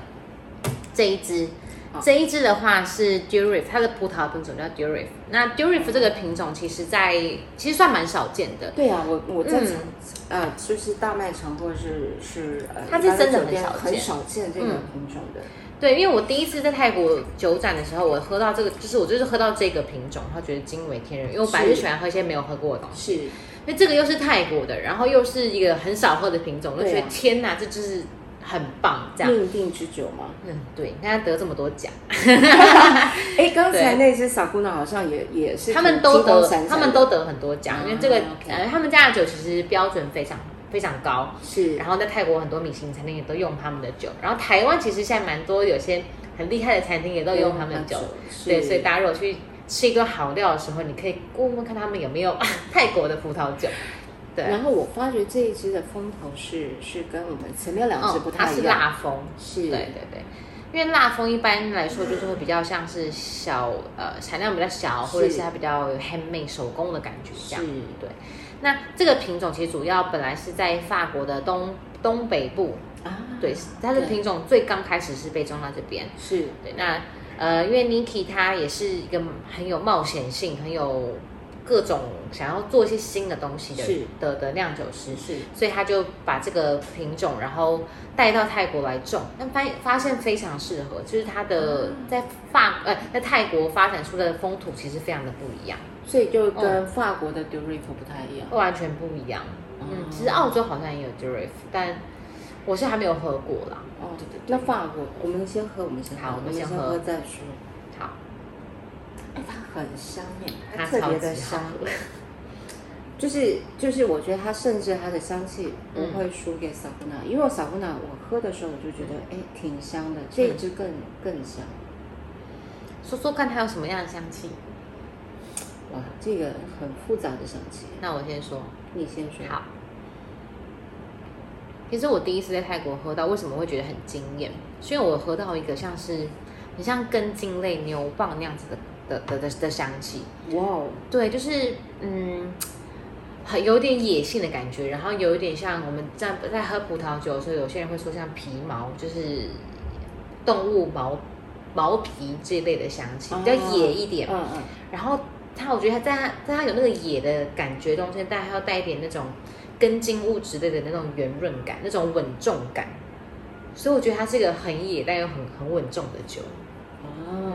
Speaker 1: 这一支
Speaker 2: 好，
Speaker 1: 这一支的话是 Durif，它的葡萄品种叫 Durif。那 Durif 这个品种其实在其实算蛮少见的，
Speaker 2: 对啊，我我在
Speaker 1: 嗯
Speaker 2: 场啊，就是大卖场或者是是呃，
Speaker 1: 它是真的
Speaker 2: 一般酒店
Speaker 1: 很少见
Speaker 2: 很少见这个
Speaker 1: 嗯
Speaker 2: 品种的。
Speaker 1: 对，因为我第一次在泰国酒展的时候，我喝到这个，就是我就是喝到这个品种，他觉得惊为天人，因为我本来就是喜欢喝一些没有喝过的东西。
Speaker 2: 是，
Speaker 1: 那这个又是泰国的，然后又是一个很少喝的品种，我就觉
Speaker 2: 对
Speaker 1: 得
Speaker 2: 啊
Speaker 1: 天哪，这就是很棒这样。
Speaker 2: 命定之酒吗？
Speaker 1: 嗯，对，那他得这么多奖，
Speaker 2: 哎，刚
Speaker 1: 对
Speaker 2: 才那只小姑娘好像也也是挺
Speaker 1: 他们都
Speaker 2: 金光
Speaker 1: 得
Speaker 2: 闪闪，的
Speaker 1: 他们都得很多奖，因为这个、
Speaker 2: 啊，OK
Speaker 1: 呃，他们家的酒其实标准非常非常高，
Speaker 2: 是
Speaker 1: 然后在泰国很多米其林餐厅也都用他们的酒，然后台湾其实现在蛮多有些很厉害的餐厅也都用他们的酒，
Speaker 2: 嗯是
Speaker 1: 对，所以大家如果去吃一顿好料的时候，你可以问问看他们有没有 泰国的葡萄酒，对，
Speaker 2: 然后我发觉这一支的风头是是跟我们前面两支
Speaker 1: 嗯
Speaker 2: 不，
Speaker 1: 它
Speaker 2: 太
Speaker 1: 是
Speaker 2: 一样，
Speaker 1: 辣风，
Speaker 2: 是
Speaker 1: 对对对，因为蜡封一般来说就是会比较像是小呃产量比较小，
Speaker 2: 是
Speaker 1: 或者是它比较 handmade 手工的感觉这样
Speaker 2: 是。
Speaker 1: 对，那这个品种其实主要本来是在法国的东东北部，
Speaker 2: 啊，
Speaker 1: 对，它的
Speaker 2: 对
Speaker 1: 品种最刚开始是被种到这边。
Speaker 2: 是
Speaker 1: 对，那呃，因为 Niki 他也是一个很有冒险性、很有各种想要做一些新的东西的
Speaker 2: 是
Speaker 1: 的的酿酒师，
Speaker 2: 是
Speaker 1: 所以他就把这个品种，然后带到泰国来种，但发发现非常适合，就是它的在法呃在泰国发展出的风土其实非常的不一样，
Speaker 2: 所以就
Speaker 1: 哦
Speaker 2: 跟法国的 d u r i f 不太一样。
Speaker 1: 完全不一样。
Speaker 2: 哦
Speaker 1: 嗯，其实澳洲好像也有 Durif，但我是还没有喝过啦。
Speaker 2: 哦，那法国，我们先喝，我们先喝，
Speaker 1: 好
Speaker 2: 我们
Speaker 1: 我们先
Speaker 2: 先
Speaker 1: 喝
Speaker 2: 喝再说。
Speaker 1: 好，
Speaker 2: 哎，它很香耶，
Speaker 1: 它
Speaker 2: 特
Speaker 1: 超
Speaker 2: 别的
Speaker 1: 级好
Speaker 2: 香，
Speaker 1: 喝。
Speaker 2: 就是就是，我觉得它甚至它的香气不会输给萨姑娜，因为萨姑娜我喝的时候我就觉得哎挺香的，这一支更
Speaker 1: 嗯
Speaker 2: 更香。
Speaker 1: 说说看它有什么样的香气？
Speaker 2: 哇，这个很复杂的香气，
Speaker 1: 那我先说。
Speaker 2: 你先说。
Speaker 1: 好，其实我第一次在泰国喝到，为什么会觉得很惊艳？是因为我喝到一个像是很像根茎类牛蒡那样子的的的的的香气。
Speaker 2: 哇哦，
Speaker 1: 对，就是嗯，很有点野性的感觉，然后有一点像我们在在喝葡萄酒的时候，有些人会说像皮毛，就是动物毛毛皮这一类的香气，比较野一点。
Speaker 2: 嗯嗯，
Speaker 1: 然后它，我觉得它在它在它有那个野的感觉中间，但还要带一点那种根茎物质类的那种圆润感，那种稳重感。所以我觉得它是一个很野但又很很稳重的酒，
Speaker 2: 哦，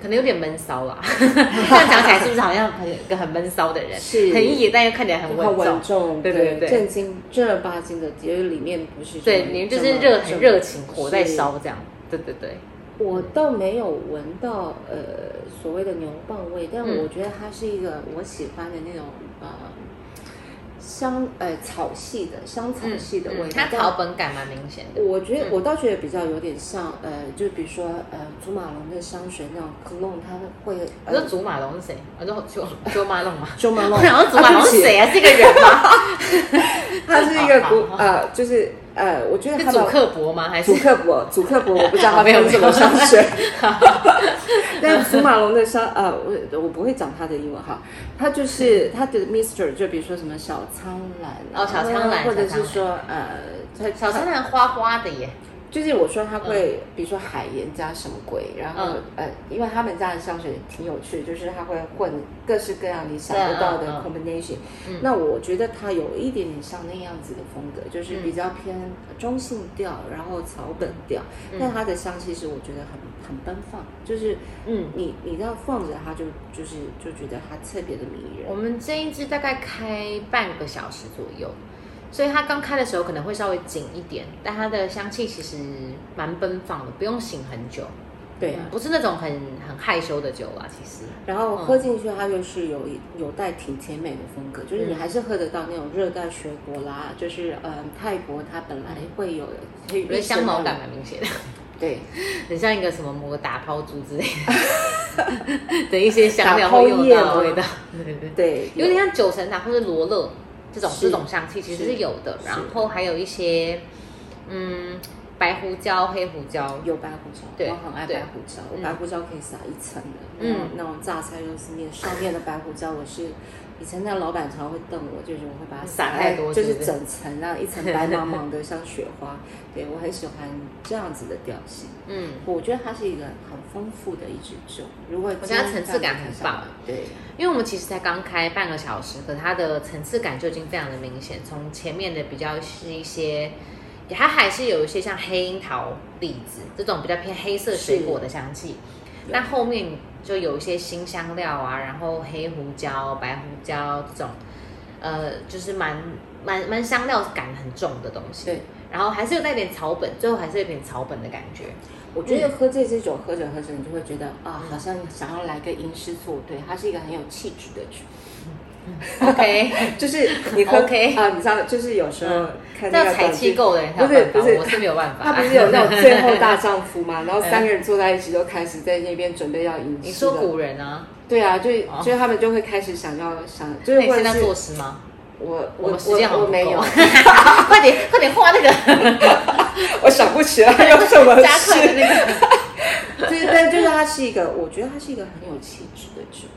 Speaker 1: 可能有点闷骚啦。 这样讲起来是不是好像很一个很闷骚的人？
Speaker 2: 是
Speaker 1: 很野但又看起来很
Speaker 2: 很
Speaker 1: 稳重。
Speaker 2: 重，
Speaker 1: 对对对
Speaker 2: 正经正儿八经的，也就是里面不是
Speaker 1: 对，
Speaker 2: 这么
Speaker 1: 你就是热
Speaker 2: 这
Speaker 1: 很
Speaker 2: 么
Speaker 1: 热情，火在
Speaker 2: 是
Speaker 1: 烧这样。对对对，
Speaker 2: 我倒没有闻到呃所谓的牛蒡味，但
Speaker 1: 嗯
Speaker 2: 我觉得它是一个我喜欢的那种呃香呃草系的香草系嗯的味道。
Speaker 1: 嗯它
Speaker 2: 但
Speaker 1: 草本感蛮明显的。
Speaker 2: 我觉得
Speaker 1: 嗯
Speaker 2: 我倒觉得比较有点像呃，就比如说呃祖马龙的香水那种 cologne，它会
Speaker 1: 你说
Speaker 2: 呃
Speaker 1: 祖马龙是谁？我说九九马 龙嘛。
Speaker 2: 祖马龙，
Speaker 1: 然后祖马龙
Speaker 2: 啊对不
Speaker 1: 是
Speaker 2: 起
Speaker 1: 谁啊？这个人吗？
Speaker 2: 它是一个
Speaker 1: 好
Speaker 2: 古
Speaker 1: 好好
Speaker 2: 呃，就是呃，我觉得
Speaker 1: 是
Speaker 2: 它
Speaker 1: 祖
Speaker 2: 的
Speaker 1: 克伯吗？还是
Speaker 2: 祖克伯，祖克伯，我不知道
Speaker 1: 好
Speaker 2: 他
Speaker 1: 没有
Speaker 2: 喷什
Speaker 1: 没
Speaker 2: 么
Speaker 1: 有
Speaker 2: 香水。 但祖马龙的香，呃，我我不会讲他的英文哈，他就是他的 Mister，就比如说什么小苍兰啊
Speaker 1: 哦小苍兰
Speaker 2: 或者
Speaker 1: 小苍
Speaker 2: 是
Speaker 1: 兰
Speaker 2: 说呃，他
Speaker 1: 小三男花花的耶？
Speaker 2: 就是我说他会，比如说海盐加什么鬼，然后、
Speaker 1: 嗯
Speaker 2: 呃，因为他们家的香水挺有趣，就是他会混各式各样你想
Speaker 1: 对
Speaker 2: 不到的
Speaker 1: 嗯嗯
Speaker 2: combination、
Speaker 1: 嗯
Speaker 2: 那我觉得它有一点点像那样子的风格，就是比较偏中性调，然后草本调，
Speaker 1: 嗯
Speaker 2: 但它的香气是我觉得很很奔放，就是
Speaker 1: 嗯
Speaker 2: 你你这样放着它就就是就觉得它特别的迷人
Speaker 1: 我。们这一支大概开半个小时左右，所以它刚开的时候可能会稍微紧一点，但它的香气其实蛮奔放的，不用醒很久。
Speaker 2: 对啊
Speaker 1: 嗯，不是那种很很害羞的酒啦，其实。
Speaker 2: 然后喝进去，它就是有有带挺甜美的风格，就是你
Speaker 1: 嗯
Speaker 2: 还是喝得到那种热带水果啦，就是嗯泰国它本来会有
Speaker 1: 我觉得香茅感，蛮明显的，
Speaker 2: 对，
Speaker 1: 很像一个什么某个打抛猪之类的的一些香料
Speaker 2: 打抛
Speaker 1: 会用
Speaker 2: 叶
Speaker 1: 到
Speaker 2: 吗
Speaker 1: 的味道，对对对，
Speaker 2: 对，
Speaker 1: 有点像九层塔或者罗勒这种
Speaker 2: 是
Speaker 1: 这种香气其实
Speaker 2: 是
Speaker 1: 是有的，
Speaker 2: 是
Speaker 1: 然后还有一些嗯白胡椒、黑胡椒，
Speaker 2: 有白胡椒，
Speaker 1: 对
Speaker 2: 我很爱
Speaker 1: 对
Speaker 2: 白胡椒，我
Speaker 1: 嗯
Speaker 2: 白胡椒可以撒一层的，
Speaker 1: 嗯
Speaker 2: 嗯，那种榨菜肉丝面上面的白胡椒，我是以前那老板常会瞪我，就是我会把它
Speaker 1: 撒
Speaker 2: 撒
Speaker 1: 太
Speaker 2: 在
Speaker 1: 多
Speaker 2: 就是是
Speaker 1: 不是
Speaker 2: 整层让一层白茫茫的像雪花，对我很喜欢这样子的调性。
Speaker 1: 嗯，
Speaker 2: 我觉得它是一个很丰富的一支酒，如果
Speaker 1: 我觉得它层次感很棒嗯
Speaker 2: 对，
Speaker 1: 因为我们其实才刚开半个小时，可它的层次感就已经非常的明显。从前面的比较是一些，它还是有一些像黑樱桃、李子这种比较偏黑色水果的香气，
Speaker 2: 有
Speaker 1: 但后面就有一些新香料啊，然后黑胡椒、白胡椒这种，呃，就是蛮蛮蛮香料感很重的东西。
Speaker 2: 对，
Speaker 1: 然后还是有带点草本，最后还是有点草本的感 觉。
Speaker 2: 我觉得喝这支酒喝着喝着，你就会觉得
Speaker 1: 嗯
Speaker 2: 啊，好像想要来个吟诗作对，它是一个很有气质的酒，
Speaker 1: OK，
Speaker 2: 就是你喝
Speaker 1: 哎 OK
Speaker 2: 啊，你知道，就是有时候
Speaker 1: 嗯
Speaker 2: 看那
Speaker 1: 要
Speaker 2: 个
Speaker 1: 财
Speaker 2: 短
Speaker 1: 气
Speaker 2: 剧，
Speaker 1: 够的人才有
Speaker 2: 不是
Speaker 1: 办法，
Speaker 2: 不是
Speaker 1: 我是没有办法。
Speaker 2: 他不是有那种最 后大丈夫嘛，然后三个人坐在一起就开始在那边准备要吟诗了。
Speaker 1: 你说古人啊，
Speaker 2: 对啊，就
Speaker 1: 哦
Speaker 2: 就他们就会开始想要想，就
Speaker 1: 那
Speaker 2: 是
Speaker 1: 你
Speaker 2: 或
Speaker 1: 现
Speaker 2: 者
Speaker 1: 在
Speaker 2: 是
Speaker 1: 作诗吗？
Speaker 2: 我
Speaker 1: 我
Speaker 2: 我
Speaker 1: 们时间好像
Speaker 2: 我我
Speaker 1: 不
Speaker 2: 没有
Speaker 1: 够， 快点快点画那个
Speaker 2: 我想不起来有 什么
Speaker 1: 加快的
Speaker 2: 事。
Speaker 1: 那个。
Speaker 2: 就是，但就是它是一个，我觉得它是一个很有气质的酒。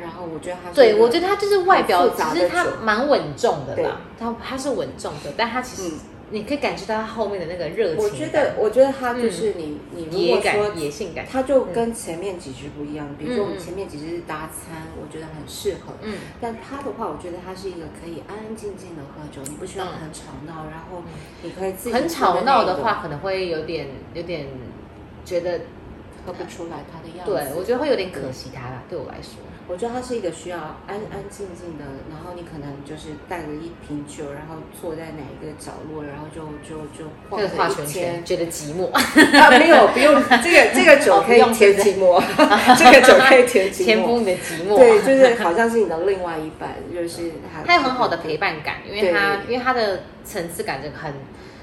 Speaker 2: 然后我觉得它是一
Speaker 1: 对，
Speaker 2: 个
Speaker 1: 我觉得他就是外表，
Speaker 2: 很复
Speaker 1: 其
Speaker 2: 杂的
Speaker 1: 实他
Speaker 2: 酒
Speaker 1: 蛮稳重的
Speaker 2: 对
Speaker 1: 啦，他他是稳重的，但他其实
Speaker 2: 嗯
Speaker 1: 你可以感觉到他后面的那个热情感，
Speaker 2: 我觉得我觉得它就是你、嗯你如
Speaker 1: 野
Speaker 2: 果说
Speaker 1: 感、野性感，
Speaker 2: 它就跟前面几支不一样，比如说我们
Speaker 1: 嗯嗯
Speaker 2: 前面几支是搭餐，我觉得很适合。
Speaker 1: 嗯
Speaker 2: 但它的话，我觉得它是一个可以安安静静的喝酒，你不需要
Speaker 1: 嗯
Speaker 2: 很吵闹，然后你可以自己
Speaker 1: 很吵闹的话，
Speaker 2: 喝
Speaker 1: 可能会有点有点觉得，
Speaker 2: 那个，喝不出来它的样子。
Speaker 1: 对我觉得会有点可惜他啦，对我来说，
Speaker 2: 我觉得它是一个需要安安静静的，然后你可能就是带着一瓶酒，然后坐在哪一个角落，然后就就就
Speaker 1: 这个画
Speaker 2: 晃着
Speaker 1: 圈
Speaker 2: 一
Speaker 1: 圈
Speaker 2: 天。
Speaker 1: 觉得寂寞，
Speaker 2: 啊，没有，不用，这个这个酒
Speaker 1: 哦
Speaker 2: 可以
Speaker 1: 不用
Speaker 2: 填
Speaker 1: 是不是
Speaker 2: 寂 寞， 这个酒可以填寂
Speaker 1: 填补
Speaker 2: 寞。
Speaker 1: 你的寂寞，
Speaker 2: 对，就是好像是你的另外一半，就是它
Speaker 1: 它有很好的陪伴感，因为
Speaker 2: 对
Speaker 1: 它因为它的层次感真的很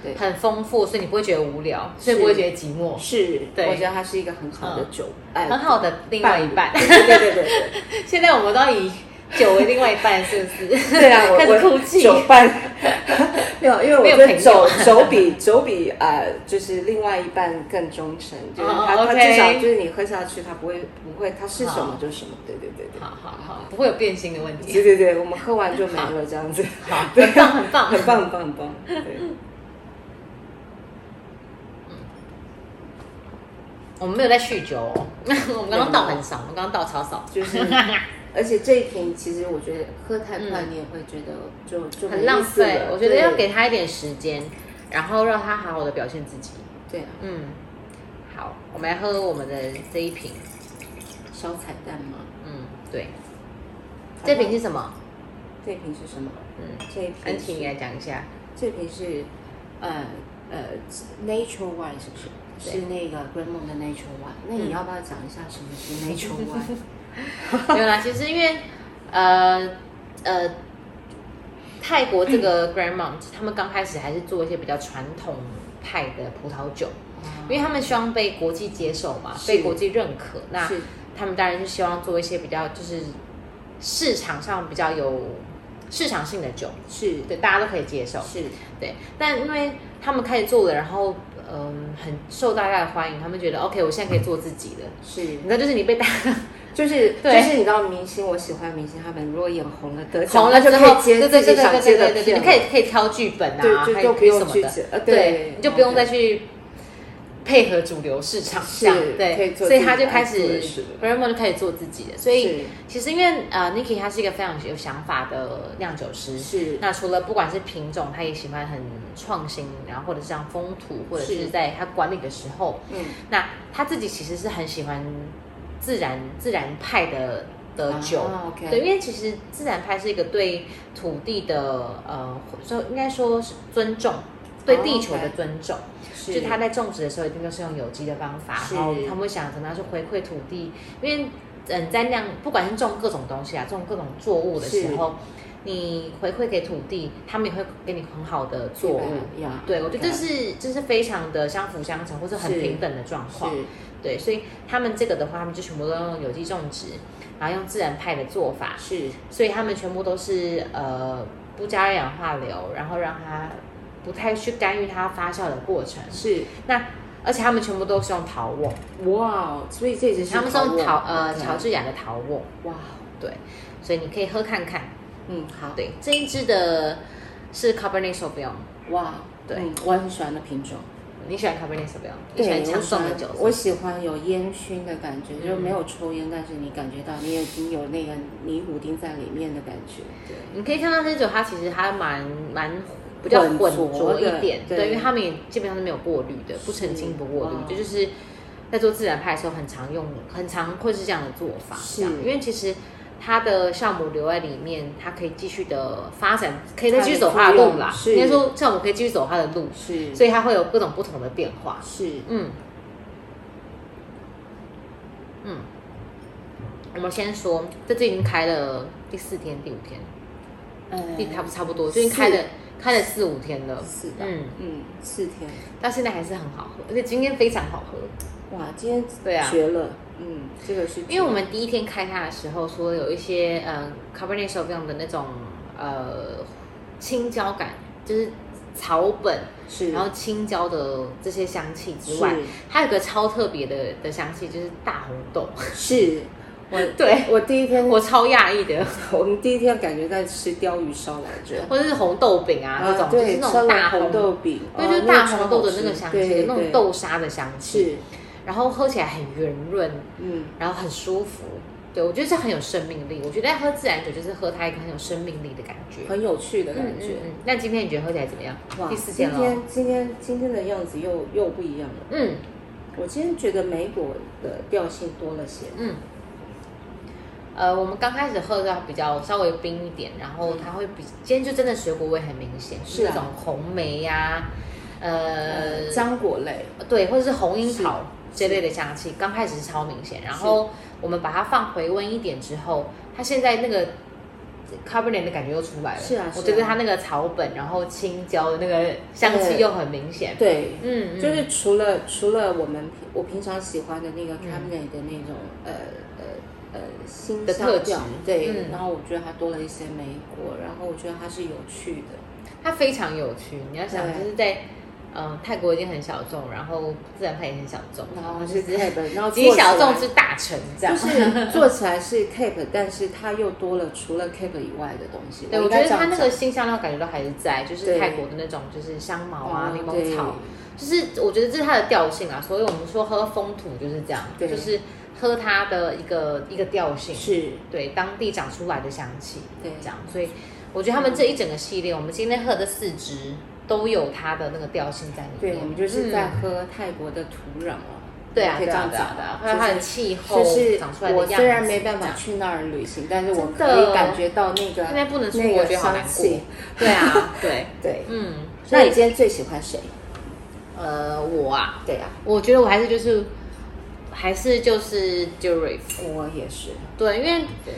Speaker 2: 对
Speaker 1: 很丰富，所以你不会觉得无聊，所以
Speaker 2: 是
Speaker 1: 不会觉得寂寞，
Speaker 2: 是，
Speaker 1: 对
Speaker 2: 我觉得它是一个很好的酒，哎
Speaker 1: 很好的另外一半。
Speaker 2: 对对对对对。
Speaker 1: 现在我们都要以酒为另外一半，是不是？
Speaker 2: 对啊，我
Speaker 1: 开始
Speaker 2: 我
Speaker 1: 哭泣。
Speaker 2: 酒伴， 没有，因为我
Speaker 1: 没有
Speaker 2: 觉得
Speaker 1: 朋友
Speaker 2: 走走比 走比呃，就是另外一半更忠诚，就是
Speaker 1: 哦
Speaker 2: 他、他
Speaker 1: OK
Speaker 2: 至少就是你喝下去，他不会不会，他是什么就什么，对对对对。
Speaker 1: 好好好，不会有变心的问
Speaker 2: 对
Speaker 1: 题。
Speaker 2: 对对，我们喝完就没了，这样子。
Speaker 1: 好
Speaker 2: 对
Speaker 1: 很棒很棒
Speaker 2: 很棒，很棒，很棒。 对，
Speaker 1: 我们没有在酗酒哦， 我们刚刚倒很少，我们刚刚倒超少，
Speaker 2: 就是，而且这一瓶其实我觉得喝太快，你也会觉得就就
Speaker 1: 很
Speaker 2: 没
Speaker 1: 浪
Speaker 2: 意思
Speaker 1: 费
Speaker 2: 了。
Speaker 1: 我觉得要给
Speaker 2: 对
Speaker 1: 他一点时间，然后让他好好的表现自己。
Speaker 2: 对啊，
Speaker 1: 嗯，好，我们来喝我们的这一瓶。
Speaker 2: 小彩蛋嘛。
Speaker 1: 嗯，对，这瓶是什么？
Speaker 2: 这瓶是什么？
Speaker 1: 嗯，
Speaker 2: 这一
Speaker 1: 安
Speaker 2: 瓶
Speaker 1: 琪，你
Speaker 2: 是
Speaker 1: 来讲一下。
Speaker 2: 这瓶是呃呃 Nature Wine 是不是？
Speaker 1: 对嗯
Speaker 2: 是那个 g r a n m o n 的 Nature Wine。那你要不要讲一下什么 是 Nature Wine？
Speaker 1: 没有啦，其实因为呃呃，泰国这 个 Grandmont 他们刚开始还是做一些比较传统派的葡萄酒，因为他们希望被国际接受嘛，
Speaker 2: 是
Speaker 1: 被国际认可。那
Speaker 2: 是
Speaker 1: 他们当然是希望做一些比较就是市场上比较有市场性的酒，
Speaker 2: 是
Speaker 1: 对大家都可以接受。
Speaker 2: 是
Speaker 1: 对，但因为他们开始做了，然后嗯很受大家的欢迎，他们觉得 OK，我现在可以做自己的。
Speaker 2: 是
Speaker 1: 你知道，就是你被大家
Speaker 2: 就是就
Speaker 1: 对
Speaker 2: 是你知道明星，我喜欢明星，他们如果眼红了得奖，
Speaker 1: 红了
Speaker 2: 他
Speaker 1: 之
Speaker 2: 就
Speaker 1: 后，
Speaker 2: 可以接
Speaker 1: 对对
Speaker 2: 自
Speaker 1: 对
Speaker 2: 己
Speaker 1: 对
Speaker 2: 想
Speaker 1: 对
Speaker 2: 接
Speaker 1: 对
Speaker 2: 的
Speaker 1: 对
Speaker 2: 片
Speaker 1: 对，你
Speaker 2: 了
Speaker 1: 可以可以挑剧本啊，
Speaker 2: 对就
Speaker 1: 还
Speaker 2: 就
Speaker 1: 有
Speaker 2: 不
Speaker 1: 可以
Speaker 2: 用
Speaker 1: 什么
Speaker 2: 去
Speaker 1: 的
Speaker 2: 接呃，对
Speaker 1: 对，你就不用
Speaker 2: OK
Speaker 1: 再去配合主流市场
Speaker 2: 是
Speaker 1: 这样，
Speaker 2: 可以
Speaker 1: 对，所
Speaker 2: 做
Speaker 1: 以
Speaker 2: 自己
Speaker 1: 他就
Speaker 2: 爱
Speaker 1: 开
Speaker 2: 做
Speaker 1: 始
Speaker 2: 的事
Speaker 1: r a m o n 就开始做自己的，所
Speaker 2: 是
Speaker 1: 以其实因为呃 Niki 他是一个非常有想法的酿酒师，
Speaker 2: 是
Speaker 1: 那除了不管是品种，他也喜欢很创新，然后或者是像风土，或者
Speaker 2: 是
Speaker 1: 是在他管理的时候，
Speaker 2: 嗯
Speaker 1: 那他自己其实是很喜欢自然自然派的的酒、
Speaker 2: 啊，OK
Speaker 1: 对，因为其实自然派是一个对土地的呃，说应该说是尊重，对地球的
Speaker 2: 哦 OK
Speaker 1: 尊重。
Speaker 2: 是
Speaker 1: 就他在种植的时候，一定都是用有机的方法，
Speaker 2: 是
Speaker 1: 然后他们会想怎么样去回馈土地，因为嗯，在酿不管是种各种东西啊，种各种作物的时候，你回馈给土地，他们也会给你很好的作物。
Speaker 2: 呀，
Speaker 1: 对，我觉得这是这是非常的相辅相成，或是很
Speaker 2: 啊是
Speaker 1: 平等的状况。
Speaker 2: 是
Speaker 1: 对，所以他们这个的话，他们就全部都用有机种植，然后用自然派的做法，
Speaker 2: 是
Speaker 1: 所以他们全部都是呃不加二氧化硫，然后让它不太去干预它发酵的过程。
Speaker 2: 是
Speaker 1: 那而且他们全部都是用陶瓮，
Speaker 2: 哇哦，所以这只是
Speaker 1: 他们是用
Speaker 2: 握
Speaker 1: 陶呃
Speaker 2: OK
Speaker 1: 乔治亚的陶瓮，
Speaker 2: 哇哦，
Speaker 1: 对，所以你可以喝看看。
Speaker 2: 嗯好
Speaker 1: 对，这一支的是 Cabernet Sauvignon，
Speaker 2: 哇
Speaker 1: 对
Speaker 2: 嗯我很喜欢的品种，
Speaker 1: 你喜欢 Cabernet Sauvignon？你喜欢
Speaker 2: 对，我
Speaker 1: 强
Speaker 2: 喜
Speaker 1: 壮的嗯
Speaker 2: 欢
Speaker 1: 酒是
Speaker 2: 我
Speaker 1: 吗？
Speaker 2: 喜欢有烟熏的感觉，就没有抽烟，但是你感觉到你已经有那个尼古丁在里面的感觉，对。
Speaker 1: 你可以看到这支酒，它其实还蛮蛮比较
Speaker 2: 浑
Speaker 1: 浑
Speaker 2: 浊
Speaker 1: 浊
Speaker 2: 的
Speaker 1: 一点，
Speaker 2: 对
Speaker 1: 对，因为他们也基本上是没有过滤的，不澄清不过
Speaker 2: 哇
Speaker 1: 滤，这就是在做自然派的时候很常用，很常会是这样的做法，
Speaker 2: 是
Speaker 1: 这样，因为其实。它的酵母留在里面，它可以继续的发展，可以再继续走它的路啦。
Speaker 2: 是
Speaker 1: 应该说酵母可以继续走它的路，
Speaker 2: 是
Speaker 1: 所以它会有各种不同的变化。
Speaker 2: 是
Speaker 1: 嗯，嗯，我们先说，这支已经开了第四天、第五天，
Speaker 2: 呃
Speaker 1: 第差不差不多，最近开了开了四五天了，
Speaker 2: 是的，
Speaker 1: 嗯，
Speaker 2: 嗯，四天，
Speaker 1: 到现在还是很好喝，而且今天非常好喝，
Speaker 2: 哇，今天
Speaker 1: 对啊
Speaker 2: 绝了，嗯，这个是
Speaker 1: 因为我们第一天开它的时候说有一些呃 Cabernet Sauvignon 的那种呃青椒感，就是草本，
Speaker 2: 是
Speaker 1: 然后青椒的这些香气之外
Speaker 2: 是，
Speaker 1: 它有个超特别的的香气，就是大红豆，
Speaker 2: 是我
Speaker 1: 对
Speaker 2: 我第一天
Speaker 1: 我超讶异的，
Speaker 2: 我们第一天感觉在吃鲷鱼烧来着，
Speaker 1: 或者是红豆饼啊那种，就
Speaker 2: 对，
Speaker 1: 是那
Speaker 2: 烧
Speaker 1: 种
Speaker 2: 了
Speaker 1: 大
Speaker 2: 红豆，饼，
Speaker 1: 对，
Speaker 2: 哦
Speaker 1: 就是大红豆的那个香
Speaker 2: 那
Speaker 1: 气，
Speaker 2: 个超好吃
Speaker 1: 那种豆沙的香
Speaker 2: 对
Speaker 1: 气，
Speaker 2: 对是，
Speaker 1: 然后喝起来很圆润，
Speaker 2: 嗯，
Speaker 1: 然后很舒服。对，我觉得这很有生命力。我觉得喝自然酒就是喝它一个很有生命力的感觉。
Speaker 2: 很有趣的感觉。
Speaker 1: 嗯。那今天你觉得喝起来怎么样？
Speaker 2: 哇，
Speaker 1: 第四天
Speaker 2: 今
Speaker 1: 了
Speaker 2: 天。今天今天的样子又又不一样了。
Speaker 1: 嗯
Speaker 2: 我今天觉得梅果的调性多了些，
Speaker 1: 嗯。呃，我们刚开始喝的比较稍微冰一点，然后它会比今天就真的水果味很明显，
Speaker 2: 是啊
Speaker 1: 那种红啊梅呀、呃，
Speaker 2: 浆果类，
Speaker 1: 对，或者是红樱桃
Speaker 2: 是
Speaker 1: 这类的香气，刚开始是超明显，然后我们把它放回温一点之后，它现在那个 carbonate 的感觉又出来了。
Speaker 2: 是啊是啊
Speaker 1: 我觉得它那个草本，然后青椒的那个香气又很明显。
Speaker 2: 对，
Speaker 1: 嗯，嗯
Speaker 2: 就是除了除了我们平我平常喜欢的那个
Speaker 1: 嗯
Speaker 2: Cabernet 的那种、呃呃呃新
Speaker 1: 的
Speaker 2: 香
Speaker 1: 特
Speaker 2: 调
Speaker 1: 质
Speaker 2: 对、
Speaker 1: 嗯
Speaker 2: 然后我觉得它多了一些莓果，然后我觉得它是有趣的，
Speaker 1: 它非常有趣。你要想，
Speaker 2: 对
Speaker 1: 就是在嗯泰国已经很小众，然后自然派也很小众，
Speaker 2: 然后
Speaker 1: 就是
Speaker 2: 是 cape，然后
Speaker 1: 集
Speaker 2: 做起来
Speaker 1: 小众之大成这样。
Speaker 2: 就是做起来是 cape，但是它又多了除了 cape 以外的东西。
Speaker 1: 对，
Speaker 2: 应
Speaker 1: 我觉
Speaker 2: 该
Speaker 1: 得它
Speaker 2: 这样
Speaker 1: 那
Speaker 2: 讲
Speaker 1: 个新香料感觉都还是在，就是
Speaker 2: 对
Speaker 1: 泰国的那种就是香茅啊、
Speaker 2: 哦
Speaker 1: 柠
Speaker 2: 对
Speaker 1: 檬草，就是我觉得这是它的调性啊。所以我们说喝风土就是这样，
Speaker 2: 对
Speaker 1: 就是喝它的一个一个调性，
Speaker 2: 是
Speaker 1: 对当地长出来的香气，
Speaker 2: 对
Speaker 1: 这样。所以我觉得他们这一整个系列，我们今天喝的四支都有它的那个调性在里
Speaker 2: 对，
Speaker 1: 面。
Speaker 2: 我们就是在
Speaker 1: 嗯
Speaker 2: 喝泰国的土壤哦。
Speaker 1: 对啊，
Speaker 2: 可以
Speaker 1: 对
Speaker 2: 这
Speaker 1: 啊
Speaker 2: 样
Speaker 1: 对
Speaker 2: 讲
Speaker 1: 啊，还有它的
Speaker 2: 就是
Speaker 1: 气候
Speaker 2: 就是
Speaker 1: 长出来的
Speaker 2: 我
Speaker 1: 样子。
Speaker 2: 虽然没办
Speaker 1: 这
Speaker 2: 法
Speaker 1: 样
Speaker 2: 去那儿旅行，但是我
Speaker 1: 真
Speaker 2: 可
Speaker 1: 的
Speaker 2: 以感觉到那个
Speaker 1: 现在嗯不能出
Speaker 2: 那
Speaker 1: 国，我
Speaker 2: 个
Speaker 1: 觉得好
Speaker 2: 香
Speaker 1: 难过
Speaker 2: 气。。
Speaker 1: 对啊，对，
Speaker 2: 对，
Speaker 1: 嗯，
Speaker 2: 那你今天最喜欢谁？
Speaker 1: 呃，我啊，
Speaker 2: 对啊，
Speaker 1: 我觉得我还是就是，还是就是 Durif，
Speaker 2: 我也是。
Speaker 1: 对，因为
Speaker 2: 对，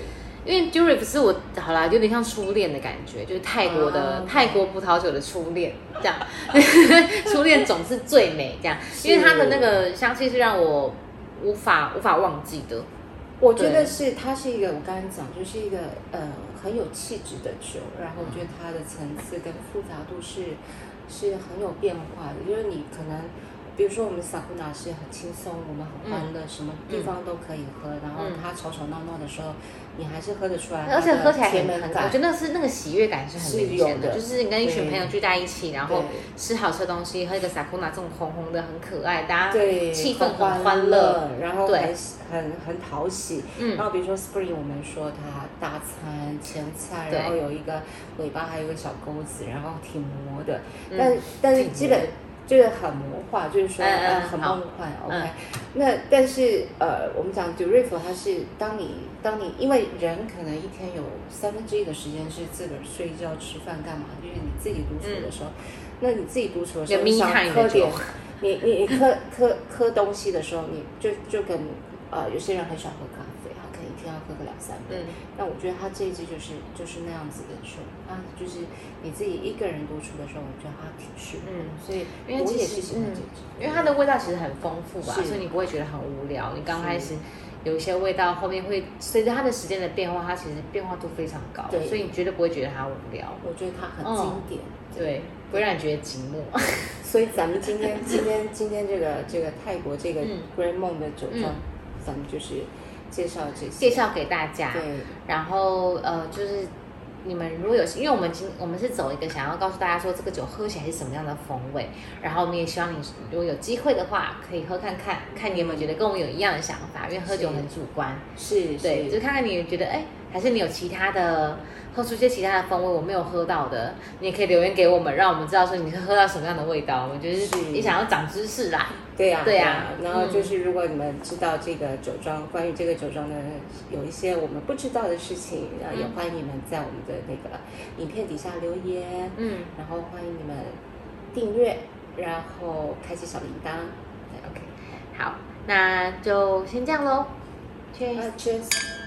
Speaker 1: 因为 Durif 是我好啦，有点像初恋的感觉，就是泰国的、
Speaker 2: 哦
Speaker 1: 泰国葡萄酒的初恋，这 样，初恋总是最美，这样，因为它的那个香气是让我无法无法忘记的，
Speaker 2: 我觉
Speaker 1: 对
Speaker 2: 得是它是一个，我刚才讲就是一个呃很有气质的酒，然后我觉得它的层次跟复杂度是是很有变化的，就是你可能。比如说我们萨库纳是很轻松，我们很欢乐，什么地方都可以喝。然后
Speaker 1: 嗯
Speaker 2: 它吵吵闹闹的时候，你还是喝得出来它的
Speaker 1: 而且喝起来
Speaker 2: 甜
Speaker 1: 很，
Speaker 2: 美
Speaker 1: 很
Speaker 2: 感。
Speaker 1: 我觉得那是那个喜悦感是很明显
Speaker 2: 是有
Speaker 1: 的，
Speaker 2: 的
Speaker 1: 就是你跟一群朋友聚在一起，然后
Speaker 2: 对
Speaker 1: 吃好吃的东西，喝一个 sakuna 这种红红的，很可爱，大家
Speaker 2: 对，
Speaker 1: 气氛很
Speaker 2: 很
Speaker 1: 欢乐，，
Speaker 2: 然后
Speaker 1: 对
Speaker 2: 很很很讨喜。
Speaker 1: 嗯
Speaker 2: 然后比如说 Spring，我们说它大餐前菜，
Speaker 1: 对
Speaker 2: 然后有一个尾巴，还有一个小钩子，然后挺磨的，
Speaker 1: 嗯
Speaker 2: 但但是
Speaker 1: 挺
Speaker 2: 基
Speaker 1: 磨
Speaker 2: 本
Speaker 1: 的。
Speaker 2: 就是很魔幻，就是
Speaker 1: 嗯
Speaker 2: 说
Speaker 1: 嗯
Speaker 2: 呃
Speaker 1: 嗯
Speaker 2: 很
Speaker 1: 好
Speaker 2: 梦幻，OK、
Speaker 1: 嗯
Speaker 2: 那但是呃，我们讲 d u r i f 它是当你当你因为人可能一天有三分之一的时间是自个儿睡觉、吃饭、干嘛，因为你自己独
Speaker 1: 嗯
Speaker 2: 处的时候，那你自己独处的时候，
Speaker 1: 有
Speaker 2: 你
Speaker 1: me
Speaker 2: 想
Speaker 1: time
Speaker 2: 喝
Speaker 1: 的酒
Speaker 2: 点你你你磕磕磕东西的时候，你就就跟呃有些人很喜欢喝咖啡，他可能一天要喝个两三杯。
Speaker 1: 嗯
Speaker 2: 那我觉得他这一支就是就是那样子的酒，啊，就是你自己一个人独处的时候，我觉得他挺适合。
Speaker 1: 嗯
Speaker 2: 所以
Speaker 1: 因为
Speaker 2: 我
Speaker 1: 其
Speaker 2: 也
Speaker 1: 实
Speaker 2: 是喜欢
Speaker 1: 嗯
Speaker 2: 这支，
Speaker 1: 因为它的味道其实很丰富吧，
Speaker 2: 是
Speaker 1: 所以你不会觉得很无聊。你刚
Speaker 2: 是
Speaker 1: 开始有一些味道，后面会随着它的时间的变化，它其实变化度非常高，
Speaker 2: 对
Speaker 1: 所以你绝对不会觉得它无聊，
Speaker 2: 我觉得它很
Speaker 1: 嗯
Speaker 2: 经典。
Speaker 1: 对，不会让你觉得寂 寞。
Speaker 2: 所以咱们今天今天今天这个这个泰国这个
Speaker 1: 嗯
Speaker 2: Grey Moon 的酒庄，
Speaker 1: 嗯
Speaker 2: 咱们就是介绍这
Speaker 1: 介
Speaker 2: 些。
Speaker 1: 绍给大家，
Speaker 2: 对
Speaker 1: 然后呃，就是你们如果有，因为我们今我们是走一个想要告诉大家说这个酒喝起来是什么样的风味，然后我们也希望你如果有机会的话，可以喝看看，看你有没有觉得跟我们有一样的想法，因为喝酒
Speaker 2: 是
Speaker 1: 很主观，
Speaker 2: 是
Speaker 1: 对，
Speaker 2: 是
Speaker 1: 就看看你觉得哎，还是你有其他的。喝出一些其他的风味，我没有喝到的，你也可以留言给我们，让我们知道说你是喝到什么样的味道。我觉得
Speaker 2: 是
Speaker 1: 你想要长知识啦，
Speaker 2: 对呀、
Speaker 1: 对呀
Speaker 2: 然后
Speaker 1: 嗯
Speaker 2: 就是，如果你们知道这个酒庄，关于这个酒庄的有一些我们不知道的事情，啊，也
Speaker 1: 嗯
Speaker 2: 欢迎你们在我们的那个影片底下留言，
Speaker 1: 嗯，
Speaker 2: 然后欢迎你们订阅，然后开启小铃铛。对
Speaker 1: OK，好，那就先这样喽
Speaker 2: ，OK，
Speaker 1: ，Cheers。
Speaker 2: 啊，Cheers。